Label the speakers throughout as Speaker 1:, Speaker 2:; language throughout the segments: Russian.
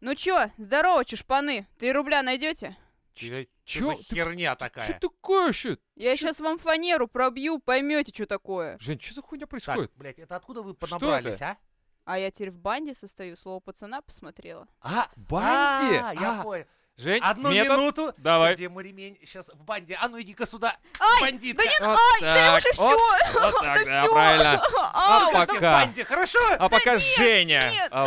Speaker 1: Ну чё, здорово, чушпаны. Ты рубля найдете?
Speaker 2: Че
Speaker 3: чё
Speaker 2: за
Speaker 3: ты-
Speaker 2: херня
Speaker 3: Что
Speaker 2: такая?
Speaker 3: такое вообще?
Speaker 1: Я сейчас вам фанеру пробью, поймете, что такое.
Speaker 3: Жень, что за хуйня происходит?
Speaker 2: Так, блядь, это откуда вы
Speaker 3: Что
Speaker 2: понабрались, а?
Speaker 1: А я теперь в банде состою, слово пацана посмотрела.
Speaker 2: А,
Speaker 3: Банди?
Speaker 2: а, я
Speaker 3: А.
Speaker 2: понял.
Speaker 3: Жень,
Speaker 2: Одну
Speaker 3: метод.
Speaker 2: минуту.
Speaker 3: Давай.
Speaker 2: Где мой ремень? Сейчас в банде. А ну иди-ка сюда,
Speaker 1: Ай!
Speaker 2: бандитка.
Speaker 1: Да нет,
Speaker 3: Вот
Speaker 1: ай, да я
Speaker 3: так,
Speaker 1: уже все!
Speaker 3: вот, вот так, да,
Speaker 1: всё.
Speaker 3: правильно. А
Speaker 1: Ау,
Speaker 3: пока.
Speaker 2: Ты в банде, хорошо?
Speaker 3: А пока Женя
Speaker 1: нет.
Speaker 3: а,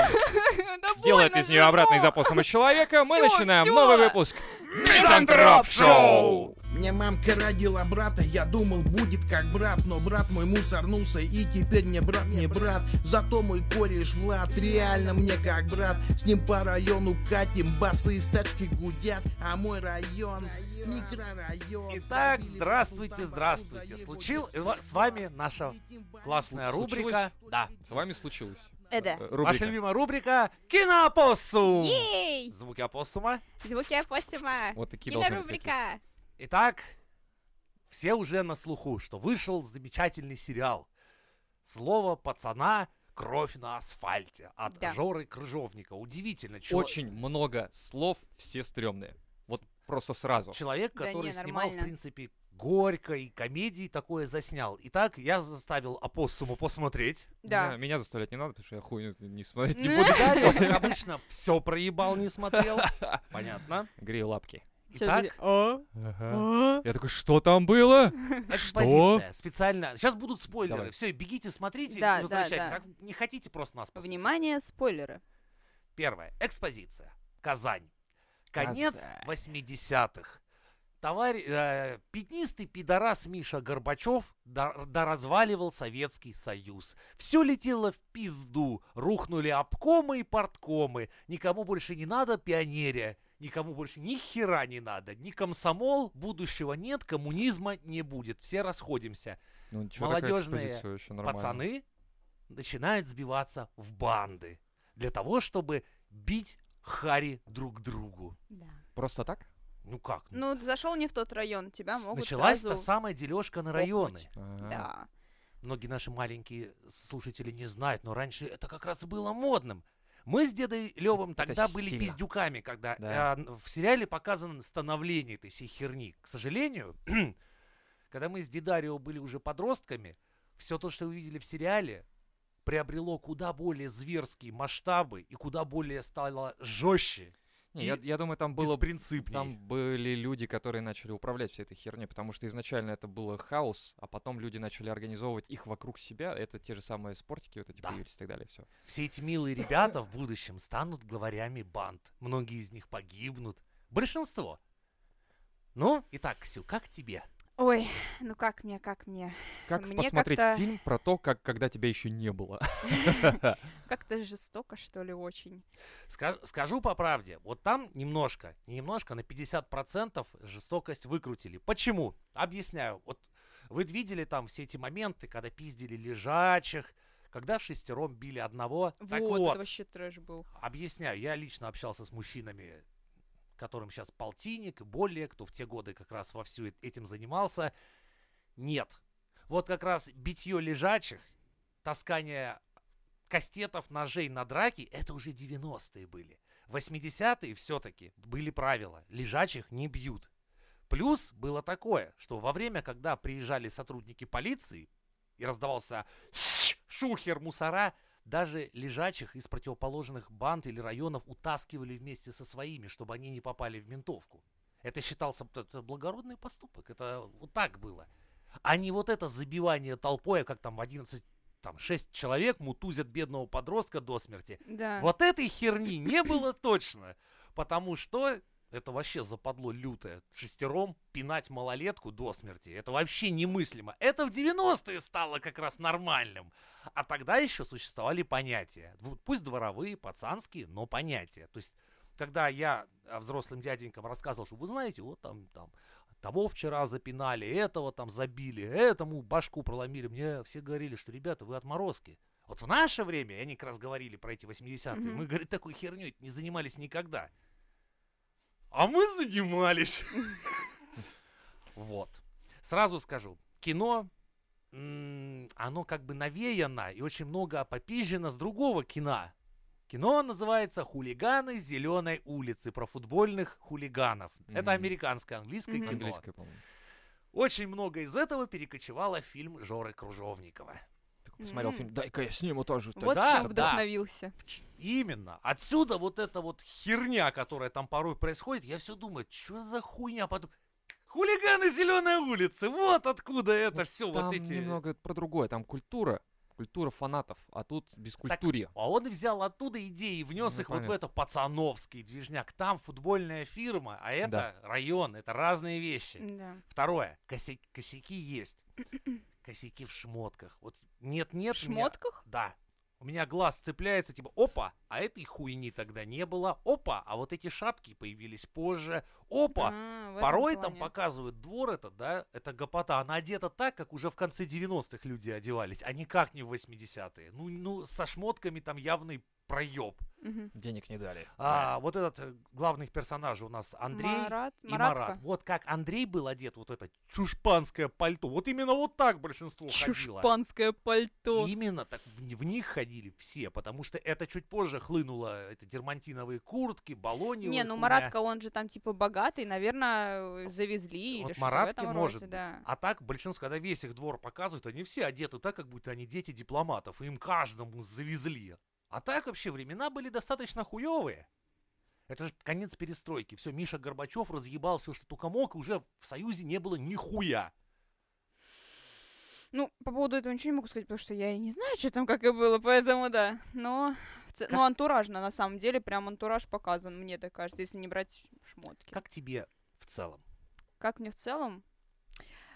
Speaker 1: да
Speaker 3: делает
Speaker 1: больно
Speaker 3: из
Speaker 1: же,
Speaker 3: нее обратный
Speaker 1: ну.
Speaker 3: запас на человека, мы
Speaker 1: Всё,
Speaker 3: начинаем
Speaker 1: всё.
Speaker 3: новый выпуск
Speaker 1: Мизантроп
Speaker 3: Мизантроп
Speaker 1: Шоу.
Speaker 3: Шоу!
Speaker 4: Мне мамка родила брата, я думал будет как брат, но брат мой мусорнулся и теперь мне брат не брат. Зато мой кореш Влад реально мне как брат. С ним по району катим, басы из тачки гудят, а мой район микрорайон.
Speaker 2: Итак, здравствуйте, здравствуйте. Случил э, с вами наша классная Э, рубрика. Да.
Speaker 3: С вами случилось.
Speaker 1: Э, да.
Speaker 3: э, рубрика.
Speaker 2: Ваша любимая рубрика «Киноапоссум».
Speaker 1: Ей!
Speaker 2: Звуки опоссума.
Speaker 1: Звуки опоссима.
Speaker 3: Вот такие должны быть
Speaker 1: Кинорубрика.
Speaker 2: Итак, все уже на слуху, что вышел замечательный сериал. Слово пацана «Кровь на асфальте» от
Speaker 1: Да.
Speaker 2: Жоры Крыжовника. Удивительно. чё-
Speaker 3: Очень много слов, все стрёмные. Вот просто сразу.
Speaker 2: Человек,
Speaker 1: Да не,
Speaker 2: который снимал, в
Speaker 1: нормально.
Speaker 2: принципе, горько и комедии такое заснял. Итак, я заставил опоссуму посмотреть.
Speaker 1: Да.
Speaker 3: Меня, меня заставлять не надо, потому что я хуйню не смотреть не
Speaker 1: Ну.
Speaker 3: буду.
Speaker 2: Дарья, как обычно, все проебал, не смотрел. Понятно.
Speaker 3: Грею лапки.
Speaker 1: Всё,
Speaker 2: Итак,
Speaker 1: о, о.
Speaker 3: Я такой, что там было?
Speaker 2: экспозиция. Специально. Сейчас будут спойлеры.
Speaker 3: Давай.
Speaker 2: Все, бегите, смотрите
Speaker 1: Да, да,
Speaker 2: и возвращайтесь.
Speaker 1: да.
Speaker 2: А Не хотите просто нас послушать?
Speaker 1: Внимание, спойлеры.
Speaker 2: Первое. Экспозиция. Казань. Конец
Speaker 1: Казань.
Speaker 2: 80-х. Товарищ, э, пятнистый пидорас Миша Горбачев дор- доразваливал Советский Союз. Все летело в пизду. Рухнули обкомы и порткомы. Никому больше не надо пионерия. Никому больше ни хера не надо. Ни комсомол, будущего нет, коммунизма не будет. Все расходимся.
Speaker 3: Ну, ничего, такая
Speaker 2: Молодёжные
Speaker 3: экспозиция вообще нормально.
Speaker 2: Пацаны начинают сбиваться в банды для того, чтобы бить хари друг другу.
Speaker 1: Да.
Speaker 3: Просто так?
Speaker 2: Ну как? ну,
Speaker 1: Ну, зашел не в тот район, тебя
Speaker 2: с-
Speaker 1: могут
Speaker 2: Началась
Speaker 1: сразу
Speaker 2: та самая дележка на
Speaker 1: лопнуть.
Speaker 2: районы.
Speaker 3: А,
Speaker 1: Да.
Speaker 2: Многие наши маленькие слушатели не знают, но раньше это как раз и было модным. Мы с дедой Левым
Speaker 3: Это
Speaker 2: тогда были
Speaker 3: стильно.
Speaker 2: пиздюками, когда
Speaker 3: Да.
Speaker 2: э, н- в сериале показано становление этой всей херни. К сожалению, когда мы с Дидарио были уже подростками, все то, что увидели в сериале, приобрело куда более зверские масштабы и куда более стало жестче,
Speaker 3: Не, я,
Speaker 2: И
Speaker 3: я думаю, там было
Speaker 2: беспринципней.
Speaker 3: Там были люди, которые начали управлять всей этой херней, потому что изначально это было хаос, а потом люди начали организовывать их вокруг себя. Это те же самые спортики вот эти
Speaker 2: Да.
Speaker 3: появились и так далее, все.
Speaker 2: Все эти милые ребята в будущем станут главарями банд. Многие из них погибнут. Большинство. Ну, итак, Ксю, как тебе?
Speaker 1: Ой, ну как мне, как мне?
Speaker 3: Как
Speaker 1: Мне
Speaker 3: посмотреть
Speaker 1: как-то-
Speaker 3: фильм про то, как когда тебя еще не было?
Speaker 1: Как-то жестоко, что ли, очень.
Speaker 2: Ска- скажу по правде, вот там немножко, не немножко, а на 50% жестокость выкрутили. Почему? Объясняю. Вот вы видели там все эти моменты, когда пиздили лежачих, когда шестером били одного. так
Speaker 1: вот,
Speaker 2: вот,
Speaker 1: это вообще трэш был.
Speaker 2: Объясняю, я лично общался с мужчинами, которым сейчас полтинник и более, кто в те годы как раз вовсю эт- этим занимался. Нет. Вот как раз битье лежачих, таскание кастетов, ножей на драки, это уже 90-е были. 80-е все-таки были правила. Лежачих не бьют. Плюс было такое, что во время, когда приезжали сотрудники полиции и раздавался шухер мусора, даже лежачих из противоположных банд или районов утаскивали вместе со своими, чтобы они не попали в ментовку. Это считался б- это благородный поступок. Это вот так было. А не вот это забивание толпой, а как там в 11, там 6 человек мутузят бедного подростка до смерти.
Speaker 1: Да.
Speaker 2: Вот этой херни не было точно. Потому что это вообще западло лютое. Шестером пинать малолетку до смерти. Это вообще немыслимо. Это в 90-е стало как раз нормальным. А тогда еще существовали понятия. Вот Пусть дворовые, пацанские, но понятия. То есть, когда я а, взрослым дяденькам рассказывал, что вы знаете, вот там, там, того вчера запинали, этого там забили, этому башку проломили. Мне все говорили, что, ребята, вы отморозки. Вот в наше время, и они как раз говорили про эти 80-е,
Speaker 1: Мгм.
Speaker 2: мы, говорит, такой херней не занимались никогда. А мы занимались. Вот. Сразу скажу, кино, м, оно как бы навеяно и очень много попизжено с другого кино. Кино называется «Хулиганы с зеленой улицы» про футбольных хулиганов. Это
Speaker 3: Мгм.
Speaker 2: американское, английское
Speaker 1: Мгм.
Speaker 2: кино.
Speaker 3: Английское, по-моему.
Speaker 2: Очень много из этого перекочевало в фильм Жоры Кружовникова.
Speaker 3: Такой Посмотрел
Speaker 1: М.
Speaker 3: фильм, дай-ка я сниму тоже.
Speaker 1: Вот
Speaker 2: да,
Speaker 1: чем
Speaker 2: да.
Speaker 1: вдохновился.
Speaker 2: Ч- Именно. Отсюда вот эта вот херня, которая там порой происходит, я все думаю, что за хуйня? Потом... Хулиганы зеленой улицы, вот откуда это все,
Speaker 3: Там
Speaker 2: вот эти...
Speaker 3: немного про другое, там культура, культура фанатов, а тут без
Speaker 2: Так,
Speaker 3: культуры.
Speaker 2: А он взял оттуда идеи и внес
Speaker 3: Ну,
Speaker 2: их вот в
Speaker 3: понятно.
Speaker 2: это пацановский движняк. Там футбольная фирма, а это район, это разные вещи.
Speaker 1: Да.
Speaker 2: Второе. Косяки, косяки есть. Косяки в шмотках. Вот нет-нет.
Speaker 1: В
Speaker 2: у меня-
Speaker 1: шмотках?
Speaker 2: Да. У меня глаз цепляется, типа, опа, а этой хуйни тогда не было, опа, а вот эти шапки появились позже, опа.
Speaker 1: А, в этом
Speaker 2: Порой там
Speaker 1: плане.
Speaker 2: показывают двор этот, да, это гопота, она одета так, как уже в конце 90-х люди одевались, а никак не в 80-е. Ну, ну, со шмотками там явный проеб.
Speaker 1: Мгм.
Speaker 3: Денег не дали.
Speaker 2: А вот этот э, главный персонаж у нас Андрей
Speaker 1: Марат,
Speaker 2: и
Speaker 1: Маратка.
Speaker 2: Марат. Вот как Андрей был одет, вот это чушпанское пальто. Вот именно вот так большинство ходило.
Speaker 1: Чушпанское пальто.
Speaker 2: Именно так в, в них ходили все, потому что это чуть позже хлынуло это дермантиновые куртки, баллоневые.
Speaker 1: Не, ну
Speaker 2: хуйня.
Speaker 1: Маратка, он же там типа богатый, наверное, завезли или
Speaker 2: Вот
Speaker 1: что-то в
Speaker 2: Маратки
Speaker 1: этом
Speaker 2: может
Speaker 1: роде,
Speaker 2: быть.
Speaker 1: да.
Speaker 2: А так большинство, когда весь их двор показывают, они все одеты так, как будто они дети дипломатов, и им каждому завезли. А так вообще времена были достаточно хуевые. Это же конец перестройки. Все, Миша Горбачев разъебал все, что только мог, и уже в Союзе не было нихуя.
Speaker 1: Ну, по поводу этого ничего не могу сказать, потому что я и не знаю, что там как и было, поэтому да. Но, в ц- ну, антуражно, на самом деле, прям антураж показан, мне так кажется, если не брать шмотки.
Speaker 2: Как тебе в целом?
Speaker 1: Как мне в целом?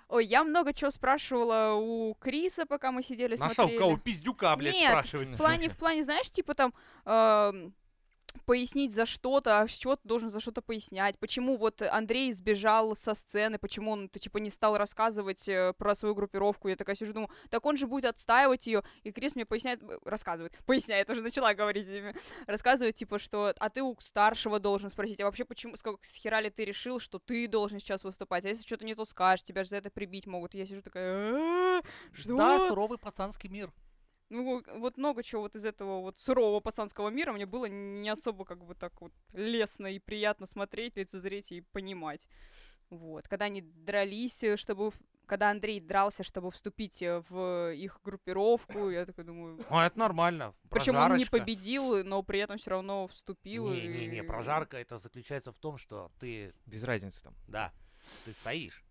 Speaker 1: Ой, я много чего спрашивала у Криса, пока мы сидели,
Speaker 2: Нашел
Speaker 1: смотрели.
Speaker 2: кого пиздюка, блядь,
Speaker 1: Нет,
Speaker 2: спрашивать.
Speaker 1: в плане, в плане, знаешь, типа там эм, пояснить за что-то, а счет должен за что-то пояснять. Почему вот Андрей сбежал со сцены, почему он то, типа не стал рассказывать э, про свою группировку. Я такая сижу, думаю, так он же будет отстаивать ее. И Крис мне поясняет, э, рассказывает, поясняет, уже начала говорить ими. Рассказывает, типа, что, а ты у старшего должен спросить, а вообще почему, сколько с хера ли ты решил, что ты должен сейчас выступать? А если что-то не то скажешь, тебя же за это прибить могут. Я сижу такая, «А, что?
Speaker 2: Да, суровый пацанский мир.
Speaker 1: Ну, г- вот много чего вот из этого вот сурового пацанского мира мне было не особо как бы так вот лестно и приятно смотреть, лицезреть и понимать. Вот. Когда они дрались, э, чтобы... в- Когда Андрей дрался, чтобы вступить э, в их группировку, я такой думаю...
Speaker 2: Ну, это нормально.
Speaker 1: Причем он не
Speaker 2: прожарочка.
Speaker 1: победил, но при этом все равно вступил.
Speaker 2: Не-не-не,
Speaker 1: и-
Speaker 2: прожарка это заключается в том, что ты
Speaker 3: Без разницы там.
Speaker 2: Да. Ты стоишь.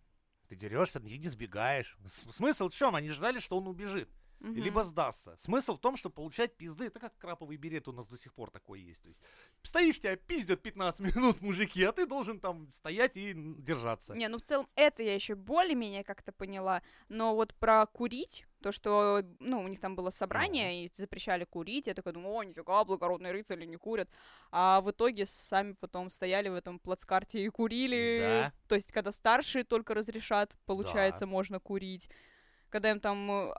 Speaker 2: Ты дерешься, ты не сбегаешь. С- Смысл в чем? Они ждали, что он убежит.
Speaker 1: Мгм.
Speaker 2: Либо сдастся. Смысл в том, что получать пизды. Это как краповый берет у нас до сих пор такой есть. То есть стоишь, тебя пиздят 15 минут, мужики, а ты должен там стоять и м, держаться.
Speaker 1: Не, ну в целом это я еще более-менее как-то поняла, но вот про курить, то, что, ну, у них там было собрание, и запрещали курить, я такая думаю, о, нифига, благородные рыцари не курят, а в итоге сами потом стояли в этом плацкарте и курили,
Speaker 2: Да.
Speaker 1: то есть когда старшие только разрешат, получается, можно курить. Когда им там э,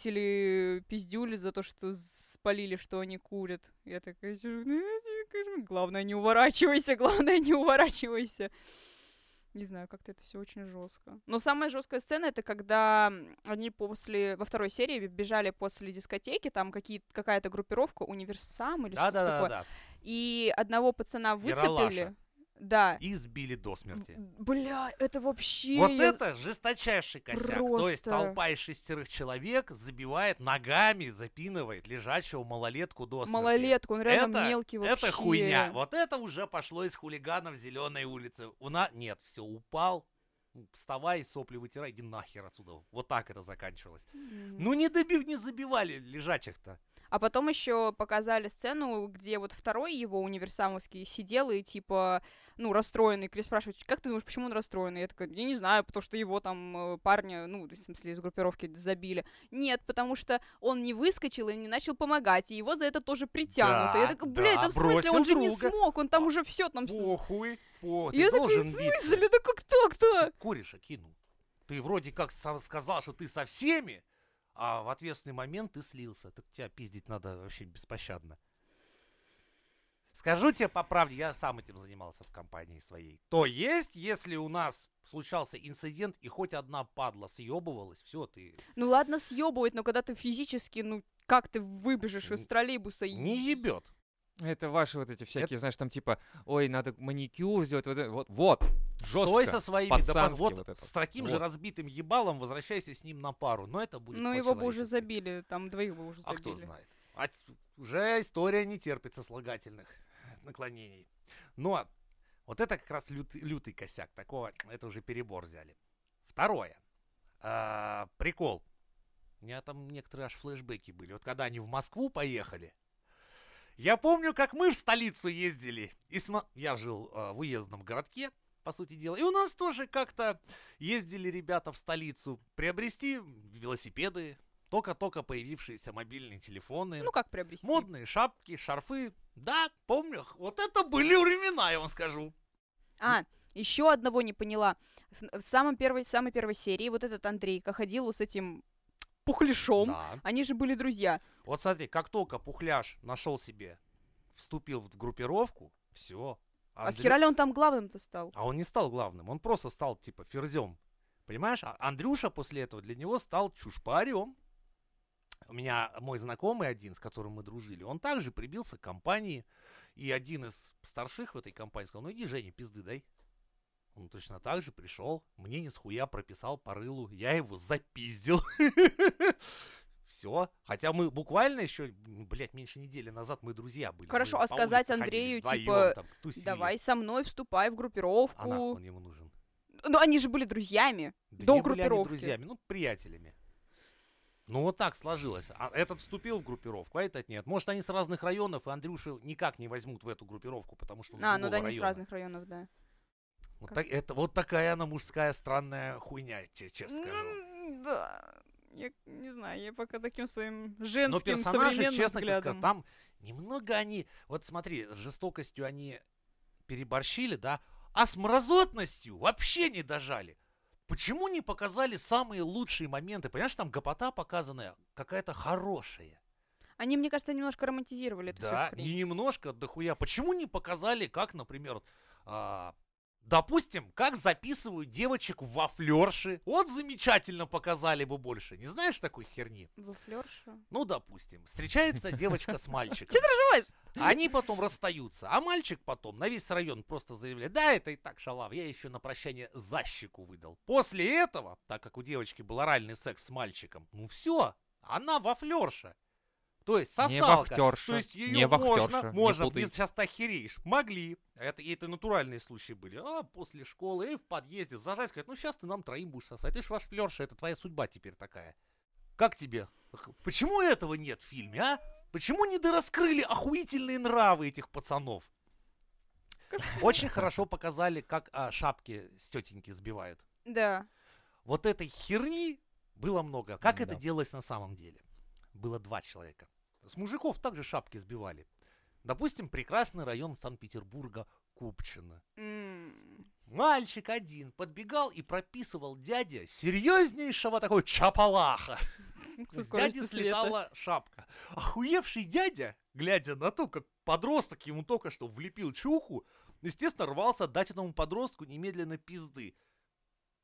Speaker 1: отвесили пиздюли за то, что спалили, что они курят. Я такая, сижу, «Ну, я скажу, главное, не уворачивайся, главное, не уворачивайся. Не знаю, как-то это все очень жестко. Но самая жесткая сцена это когда м, они после во второй серии бежали после дискотеки, там какие какая-то группировка универсам или
Speaker 2: Да,
Speaker 1: что-то
Speaker 2: да, да,
Speaker 1: такое.
Speaker 2: да.
Speaker 1: И одного пацана
Speaker 2: Ералаша.
Speaker 1: выцепили. Да.
Speaker 2: И сбили до смерти.
Speaker 1: Бля, это вообще.
Speaker 2: Вот
Speaker 1: я-
Speaker 2: это жесточайший косяк. То есть
Speaker 1: Просто.
Speaker 2: толпа из шестерых человек забивает ногами, запинывает лежачего малолетку до смерти.
Speaker 1: Малолетку, он реально
Speaker 2: Это-
Speaker 1: мелкий вообще.
Speaker 2: Это хуйня. Вот это уже пошло из хулиганов зеленой улицы. У нас нет, все упал. Вставай, сопли вытирай, иди нахер отсюда. Вот так это заканчивалось.
Speaker 1: М.
Speaker 2: Ну не добив, не забивали лежачих-то.
Speaker 1: А потом еще показали сцену, где вот второй его универсамовский сидел и типа, ну, расстроенный. Крис спрашивает, как ты думаешь, почему он расстроенный? Я такая, я не знаю, потому что его там э, парня, ну, в смысле, из группировки забили. Нет, потому что он не выскочил и не начал помогать, и его за это тоже притянуто.
Speaker 2: Да,
Speaker 1: я такая, бля,
Speaker 2: да,
Speaker 1: это в смысле,
Speaker 2: бросил
Speaker 1: он же не
Speaker 2: друга. А,
Speaker 1: смог, он там уже все там... с-
Speaker 2: Похуй. По, ты
Speaker 1: Я такая,
Speaker 2: должен
Speaker 1: в
Speaker 2: биться.
Speaker 1: смысле, да как так-то?
Speaker 2: Ты Кореша кинул. Ты вроде как со- сказал, что ты со всеми, а в ответственный момент ты слился. Так тебя пиздить надо вообще беспощадно. Скажу тебе по правде, я сам этим занимался в компании своей. То есть, если у нас случался инцидент, и хоть одна падла съебывалась, все, ты...
Speaker 1: Ну ладно, съебывает, но когда ты физически, ну, как ты выбежишь из
Speaker 2: Н-
Speaker 1: троллейбуса?
Speaker 2: Не
Speaker 1: ебет.
Speaker 2: ебет.
Speaker 3: Это ваши вот эти всякие, знаешь, там типа, ой, надо маникюр сделать, вот, это- вот, вот,
Speaker 2: Стой
Speaker 3: жестко.
Speaker 2: со своими
Speaker 3: пацански
Speaker 2: допад- Вот,
Speaker 3: вот это.
Speaker 2: с таким же
Speaker 3: Вот.
Speaker 2: разбитым ебалом возвращайся с ним на пару. Но это будет
Speaker 1: Ну, его бы уже
Speaker 2: по-человечески.
Speaker 1: забили, там двоих бы уже
Speaker 2: А
Speaker 1: забили.
Speaker 2: кто знает? А т- уже история не терпит сослагательных наклонений. Но вот это как раз лют- лютый косяк. Такого, это уже перебор взяли. Второе. А, прикол. У меня там некоторые аж флешбеки были. Вот когда они в Москву поехали, я помню, как мы в столицу ездили. И смо- Я жил а, в уездном городке, по сути дела. И у нас тоже как-то ездили ребята в столицу приобрести велосипеды, только-только появившиеся мобильные телефоны,
Speaker 1: Ну, как приобрести?
Speaker 2: модные шапки, шарфы. Да, помню, вот это были времена, я вам скажу.
Speaker 1: А, еще одного не поняла. В- В самом первой, в самой первой серии вот этот Андрей ходил с этим пухляшом.
Speaker 2: Да.
Speaker 1: Они же были друзья.
Speaker 2: Вот смотри, как только Пухляш нашел себе, вступил в группировку, все.
Speaker 1: А с хера ли он там главным-то стал?
Speaker 2: А он не стал главным, он просто стал типа ферзем. Понимаешь? А Андрюша после этого для него стал чушпарем. У меня мой знакомый один, с которым мы дружили, он также прибился к компании. И один из старших в этой компании сказал, ну иди, Женя, пизды дай. Он точно так же пришел, мне не схуя прописал по рылу, я его запиздил. Все. Хотя мы буквально еще, блядь, меньше недели назад мы друзья были. Мы
Speaker 1: Хорошо, а
Speaker 2: по
Speaker 1: сказать
Speaker 2: улице ходили
Speaker 1: Андрею,
Speaker 2: вдвоем
Speaker 1: типа,
Speaker 2: там тусили.
Speaker 1: Давай со мной, вступай в
Speaker 2: А нахуй
Speaker 1: группировку.
Speaker 2: он ему нужен?
Speaker 1: Ну, они же были друзьями.
Speaker 2: Да
Speaker 1: До
Speaker 2: не были они
Speaker 1: группировки.
Speaker 2: друзьями, ну, приятелями. Ну, вот так сложилось. А этот вступил в группировку, а этот нет. Может, они с разных районов, и Андрюшу никак не возьмут в эту группировку, потому что он с
Speaker 1: А, ну
Speaker 2: другого
Speaker 1: да, не с
Speaker 2: района.
Speaker 1: разных районов, да.
Speaker 2: Вот, так- это, вот такая она мужская странная хуйня, я тебе
Speaker 1: Ну,
Speaker 2: честно скажу.
Speaker 1: М, Да. Я не знаю, я пока таким своим
Speaker 2: Но
Speaker 1: женским
Speaker 2: персонажи,
Speaker 1: современным
Speaker 2: честно тебе
Speaker 1: взглядом.
Speaker 2: скажу, там немного они... Вот смотри, с жестокостью они переборщили, да, а с мразотностью вообще не дожали. Почему не показали самые лучшие моменты? Понимаешь, там гопота показанная какая-то хорошая.
Speaker 1: Они, мне кажется, немножко романтизировали эту всю
Speaker 2: Да,
Speaker 1: хрень.
Speaker 2: и немножко дохуя. Почему не показали, как, например, а, допустим, как записывают девочек во флерши? Вот замечательно показали бы больше. Не знаешь такой херни?
Speaker 1: Во флёршу.
Speaker 2: Ну, допустим, встречается девочка с мальчиком.
Speaker 1: Чё ты ржёшь?
Speaker 2: Они потом расстаются, а мальчик потом на весь район просто заявляет, да, это и так шалав, я еще на прощание за щеку выдал. После этого, так как у девочки был оральный секс с мальчиком, ну все, она во флерша. То есть сосалка.
Speaker 3: Не вахтерша.
Speaker 2: То есть ее
Speaker 3: не вахтерша.
Speaker 2: можно,
Speaker 3: не
Speaker 2: можно,
Speaker 3: путай.
Speaker 2: блин, сейчас ты охереешь. Могли. Это, и это натуральные случаи были. А после школы и в подъезде зажать, сказать, ну сейчас ты нам троим будешь сосать. Ты ж ваш флерша, это твоя судьба теперь такая. Как тебе? Х- Почему этого нет в фильме, а? Почему не дораскрыли охуительные нравы этих пацанов? Очень хорошо показали, как а, шапки с тетеньки сбивают.
Speaker 1: Да.
Speaker 2: Вот этой херни было много. Как это
Speaker 3: Да.
Speaker 2: делалось на самом деле? Было два человека. С мужиков также шапки сбивали. Допустим, прекрасный район Санкт-Петербурга Купчино.
Speaker 1: М,
Speaker 2: Мальчик один подбегал и прописывал дядя серьезнейшего такой чапалаха.
Speaker 1: Со
Speaker 2: С дяди
Speaker 1: скоростью света.
Speaker 2: слетала шапка. Охуевший дядя, глядя на то, как подросток ему только что влепил чуху, естественно, рвался дать этому подростку немедленно пизды.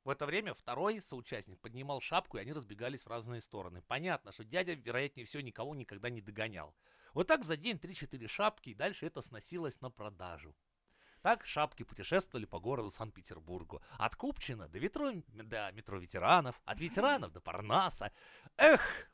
Speaker 2: В это время второй соучастник поднимал шапку, и они разбегались в разные стороны. Понятно, что дядя, вероятнее всего, никого никогда не догонял. Вот так за день 3-4 шапки, и дальше это сносилось на продажу. Так шапки путешествовали по городу Санкт-Петербургу. От Купчина до, ветро- до метро ветеранов, от ветеранов до Парнаса. Эх,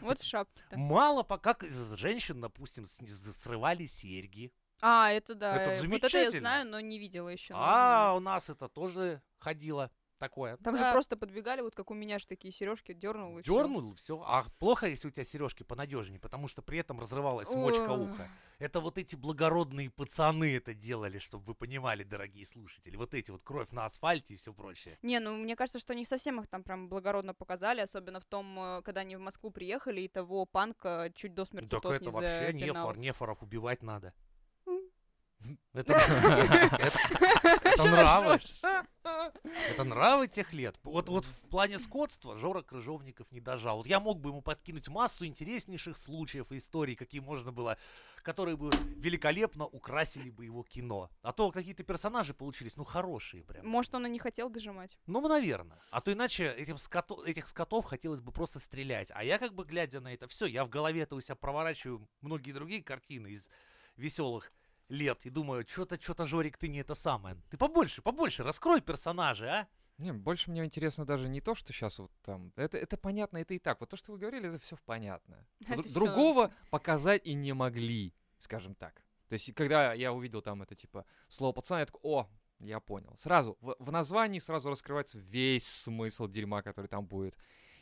Speaker 1: Вот шапки-то.
Speaker 2: Мало по как из женщин, допустим, с- с- срывали серьги.
Speaker 1: А, это да.
Speaker 2: Это
Speaker 1: э, Вот это я
Speaker 2: замечательно.
Speaker 1: знаю, но не видела еще.
Speaker 2: А у нас это тоже ходило такое.
Speaker 1: Там
Speaker 2: Да,
Speaker 1: же просто подбегали, вот как у меня же такие сережки дернул. и всё.
Speaker 2: дернул все. А плохо, если у тебя сережки понадежнее, потому что при этом разрывалась мочка
Speaker 1: Ох.
Speaker 2: уха. Это вот эти благородные пацаны это делали, чтобы вы понимали, дорогие слушатели. Вот эти вот кровь на асфальте и все прочее.
Speaker 1: Не, ну мне кажется, что не совсем их там прям благородно показали, особенно в том, э, когда они в Москву приехали, и того панка чуть до смерти
Speaker 2: так
Speaker 1: тот
Speaker 2: это
Speaker 1: не
Speaker 2: вообще
Speaker 1: запинал.
Speaker 2: нефор, нефоров убивать надо.
Speaker 1: М.
Speaker 2: Это, это- это
Speaker 1: Что ты
Speaker 2: нравы.
Speaker 1: ржёшь?
Speaker 2: Это нравы тех лет. Вот, вот в плане скотства Жора Крыжовников не дожал. Вот я мог бы ему подкинуть массу интереснейших случаев и историй, какие можно было, которые бы великолепно украсили бы его кино. А то какие-то персонажи получились, ну, хорошие прям.
Speaker 1: Может, он и не хотел дожимать.
Speaker 2: Ну, наверное. А то иначе этим ското- этих скотов хотелось бы просто стрелять. А я как бы, глядя на это все, я в голове-то у себя проворачиваю многие другие картины из веселых лет и думаю, что-то, что-то, Жорик, ты не это самое. Ты побольше, побольше раскрой персонажей, а?
Speaker 3: Не, больше мне интересно даже не то, что сейчас вот там. Это, это понятно, это и так. Вот то, что вы говорили, это все понятно.
Speaker 1: Это
Speaker 3: Дру-
Speaker 1: всё.
Speaker 3: Другого показать и не могли, скажем так. То есть, и когда я увидел там это типа слово пацана, я такой, о, я понял. Сразу в, в названии сразу раскрывается весь смысл дерьма, который там будет.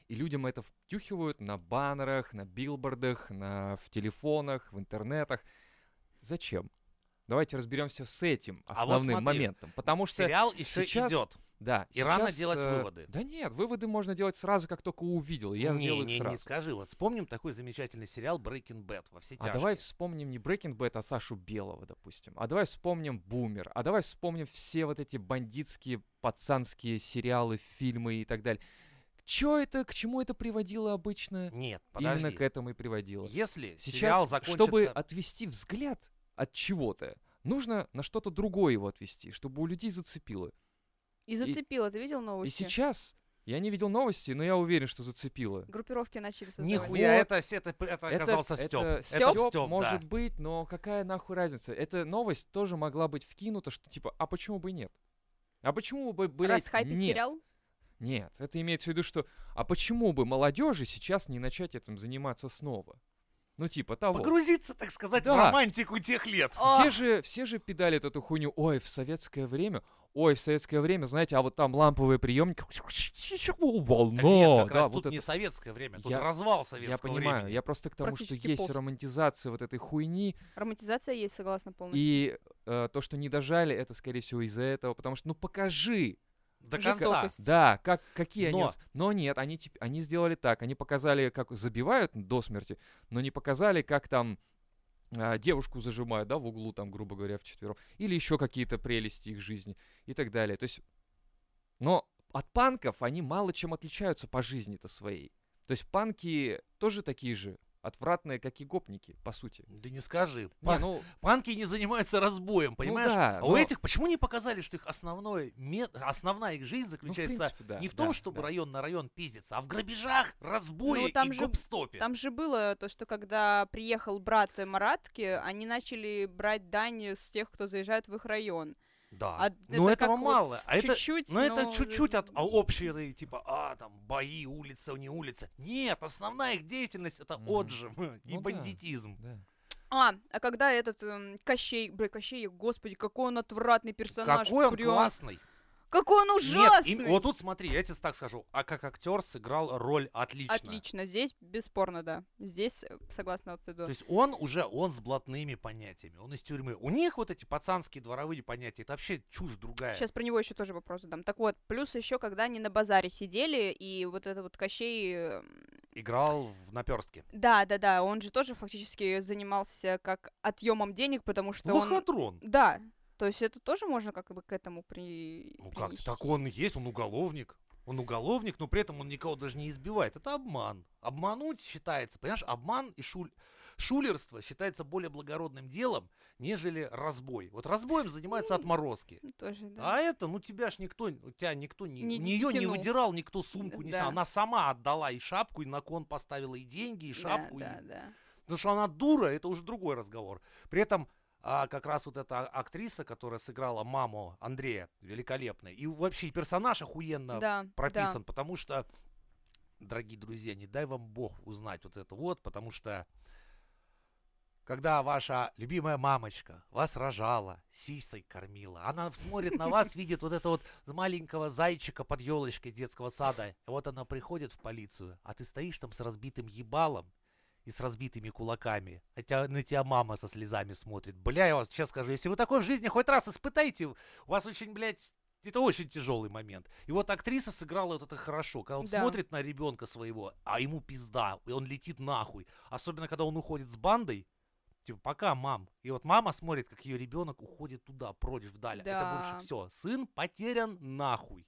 Speaker 3: И людям это втюхивают на баннерах, на билбордах, на в телефонах, в интернетах. Зачем? Давайте разберемся с этим
Speaker 2: А вот
Speaker 3: основным
Speaker 2: смотри,
Speaker 3: моментом, потому что
Speaker 2: Сериал еще
Speaker 3: сейчас-
Speaker 2: идет.
Speaker 3: да.
Speaker 2: И рано
Speaker 3: сейчас,
Speaker 2: делать
Speaker 3: э,
Speaker 2: выводы.
Speaker 3: Да нет, выводы можно делать сразу, как только увидел. и Я
Speaker 2: не,
Speaker 3: сделаю их
Speaker 2: не, не
Speaker 3: сразу.
Speaker 2: скажи. Вот вспомним такой замечательный сериал Breaking Bad во все
Speaker 3: А
Speaker 2: тяжкие.
Speaker 3: давай вспомним не Breaking Bad, а Сашу Белого, допустим. А давай вспомним Бумер. А давай вспомним все вот эти бандитские, пацанские сериалы, фильмы и так далее. Чё это, к чему это приводило обычно?
Speaker 2: Нет, Ну, подожди.
Speaker 3: Именно к этому и приводило.
Speaker 2: Если сериал
Speaker 3: Сейчас,
Speaker 2: закончится...
Speaker 3: чтобы отвести взгляд от чего-то, нужно на что-то другое его отвести, чтобы у людей зацепило.
Speaker 1: И зацепила, ты видел новости?
Speaker 3: И сейчас я не видел новости, но я уверен, что зацепило.
Speaker 1: Группировки начали создавать.
Speaker 2: Нихуя,
Speaker 3: Вот.
Speaker 2: это, это, это оказался
Speaker 3: это,
Speaker 2: Степ.
Speaker 3: это
Speaker 1: Стёп?
Speaker 3: Стёп,
Speaker 2: Стёп,
Speaker 3: может
Speaker 2: да.
Speaker 3: быть, но какая нахуй разница? Эта новость тоже могла быть вкинута, что типа, а почему бы и нет? А почему бы, блядь,
Speaker 1: Расхайпить
Speaker 3: нет?
Speaker 1: сериал?
Speaker 3: Нет, это имеется в виду, что а почему бы молодежи сейчас не начать этим заниматься снова? Ну типа того.
Speaker 2: Погрузиться, так сказать, в
Speaker 3: Да.
Speaker 2: романтику тех лет.
Speaker 1: А,
Speaker 3: Все же, все же педалят эту хуйню. Ой, в советское время. Ой, в советское время, знаете, а вот там ламповые приемники.
Speaker 2: Так
Speaker 3: Волна.
Speaker 2: нет, как
Speaker 3: Да,
Speaker 2: раз тут
Speaker 3: вот это.
Speaker 2: не советское время, тут
Speaker 3: Я-
Speaker 2: развал
Speaker 3: Я
Speaker 2: советского
Speaker 3: понимаю,
Speaker 2: времени.
Speaker 3: я просто к тому, что
Speaker 1: Практически
Speaker 3: есть
Speaker 1: пост.
Speaker 3: романтизация вот этой хуйни,
Speaker 1: Романтизация есть, согласна полностью.
Speaker 3: и э, то, что не дожали, это, скорее всего, из-за этого, потому что, ну, покажи,
Speaker 2: До конца.
Speaker 1: Жестокость.
Speaker 3: да, как, какие они...
Speaker 2: Но-
Speaker 3: ос- Но нет, они, тип- они сделали так, они показали, как забивают до смерти, но не показали, как там а, девушку зажимают, да, в углу там, грубо говоря, в или еще какие-то прелести их жизни и так далее. То есть, но от панков они мало чем отличаются по жизни-то своей. То есть панки тоже такие же, отвратные, как и гопники, по сути.
Speaker 2: Да не скажи.
Speaker 3: Не,
Speaker 2: Пан-
Speaker 3: ну,
Speaker 2: Панки не занимаются разбоем, понимаешь?
Speaker 3: да,
Speaker 2: а у
Speaker 3: но-
Speaker 2: этих почему не показали, что их основной мет- основная их
Speaker 3: ну,
Speaker 2: жизнь
Speaker 3: в
Speaker 2: заключается
Speaker 3: принципе, да,
Speaker 2: не в том,
Speaker 3: да,
Speaker 2: чтобы
Speaker 3: да.
Speaker 2: район на район пиздиться, а в грабежах, разбое
Speaker 1: Ну, там
Speaker 2: и
Speaker 1: же-
Speaker 2: гопстопе.
Speaker 1: Там же было то, что когда приехал брат э, Маратки, они начали брать дань с тех, кто заезжает в их район.
Speaker 2: Да.
Speaker 1: А д-
Speaker 2: но
Speaker 1: это
Speaker 2: ну, этого
Speaker 1: как вот
Speaker 2: мало.
Speaker 1: с-
Speaker 2: а это
Speaker 1: чуть-чуть,
Speaker 2: Но это
Speaker 1: но-
Speaker 2: чуть-чуть от а общей, типа, а, там, бои, улица, не улица. Нет, основная их деятельность — это
Speaker 3: Мгм.
Speaker 2: отжим
Speaker 3: Ну
Speaker 2: и
Speaker 3: да.
Speaker 2: бандитизм.
Speaker 3: Да.
Speaker 1: А, а когда этот эм, Кощей, бля, Кощей, господи, какой он отвратный персонаж.
Speaker 2: Какой он
Speaker 1: прям.
Speaker 2: классный!
Speaker 1: Какой он
Speaker 2: Нет,
Speaker 1: ужасный!
Speaker 2: им- вот тут смотри, я тебе так скажу, а как актер сыграл роль отлично.
Speaker 1: Отлично, здесь бесспорно, да. Здесь, э, согласно вот
Speaker 2: То есть он уже, он с блатными понятиями, он из тюрьмы. У них вот эти пацанские дворовые понятия, это вообще чушь другая.
Speaker 1: Сейчас про него еще тоже вопрос задам. Так вот, плюс еще, когда они на базаре сидели, и вот этот вот Кощей... э,
Speaker 2: Играл в наперстке.
Speaker 1: Да, да, да, он же тоже фактически занимался как отъемом денег, потому что он...
Speaker 2: Лохотрон.
Speaker 1: Да, то есть это тоже можно как бы к этому при...
Speaker 2: Ну как,
Speaker 1: принести.
Speaker 2: так он и есть, он уголовник. Он уголовник, но при этом он никого даже не избивает. Это обман. Обмануть считается, понимаешь, обман и шуль- шулерство считается более благородным делом, нежели разбой. Вот разбоем занимаются отморозки.
Speaker 1: Ну, Тоже, да.
Speaker 2: А это, ну тебя ж никто, у тебя никто не,
Speaker 1: Не-
Speaker 2: у
Speaker 1: не
Speaker 2: нее не
Speaker 1: тянул.
Speaker 2: выдирал, никто сумку не
Speaker 1: Да.
Speaker 2: снял. Она сама отдала и шапку, и на кон поставила и деньги, и
Speaker 1: Да,
Speaker 2: шапку. и-
Speaker 1: да, да.
Speaker 2: Потому что она дура, это уже другой разговор. При этом а, как раз вот эта актриса, которая сыграла маму Андрея, великолепная, и вообще и персонаж охуенно
Speaker 1: да,
Speaker 2: прописан, потому что, дорогие друзья, не дай вам бог узнать вот это вот, потому что когда ваша любимая мамочка вас рожала, сисой кормила, она смотрит на вас, видит вот это вот маленького зайчика под елочкой из детского сада, вот она приходит в полицию, а ты стоишь там с разбитым ебалом и с разбитыми кулаками, хотя на тебя мама со слезами смотрит. Бля, я вам сейчас скажу, если вы такой в жизни хоть раз испытаете, у вас очень, блядь, это очень тяжелый момент. И вот актриса сыграла вот это хорошо. Когда он
Speaker 1: Да.
Speaker 2: смотрит на ребенка своего, а ему пизда, и он летит нахуй. Особенно, когда он уходит с бандой. Типа, пока, мам. И вот мама смотрит, как ее ребенок уходит туда, прочь, вдаль. Это
Speaker 1: Да.
Speaker 2: больше все. Сын потерян нахуй.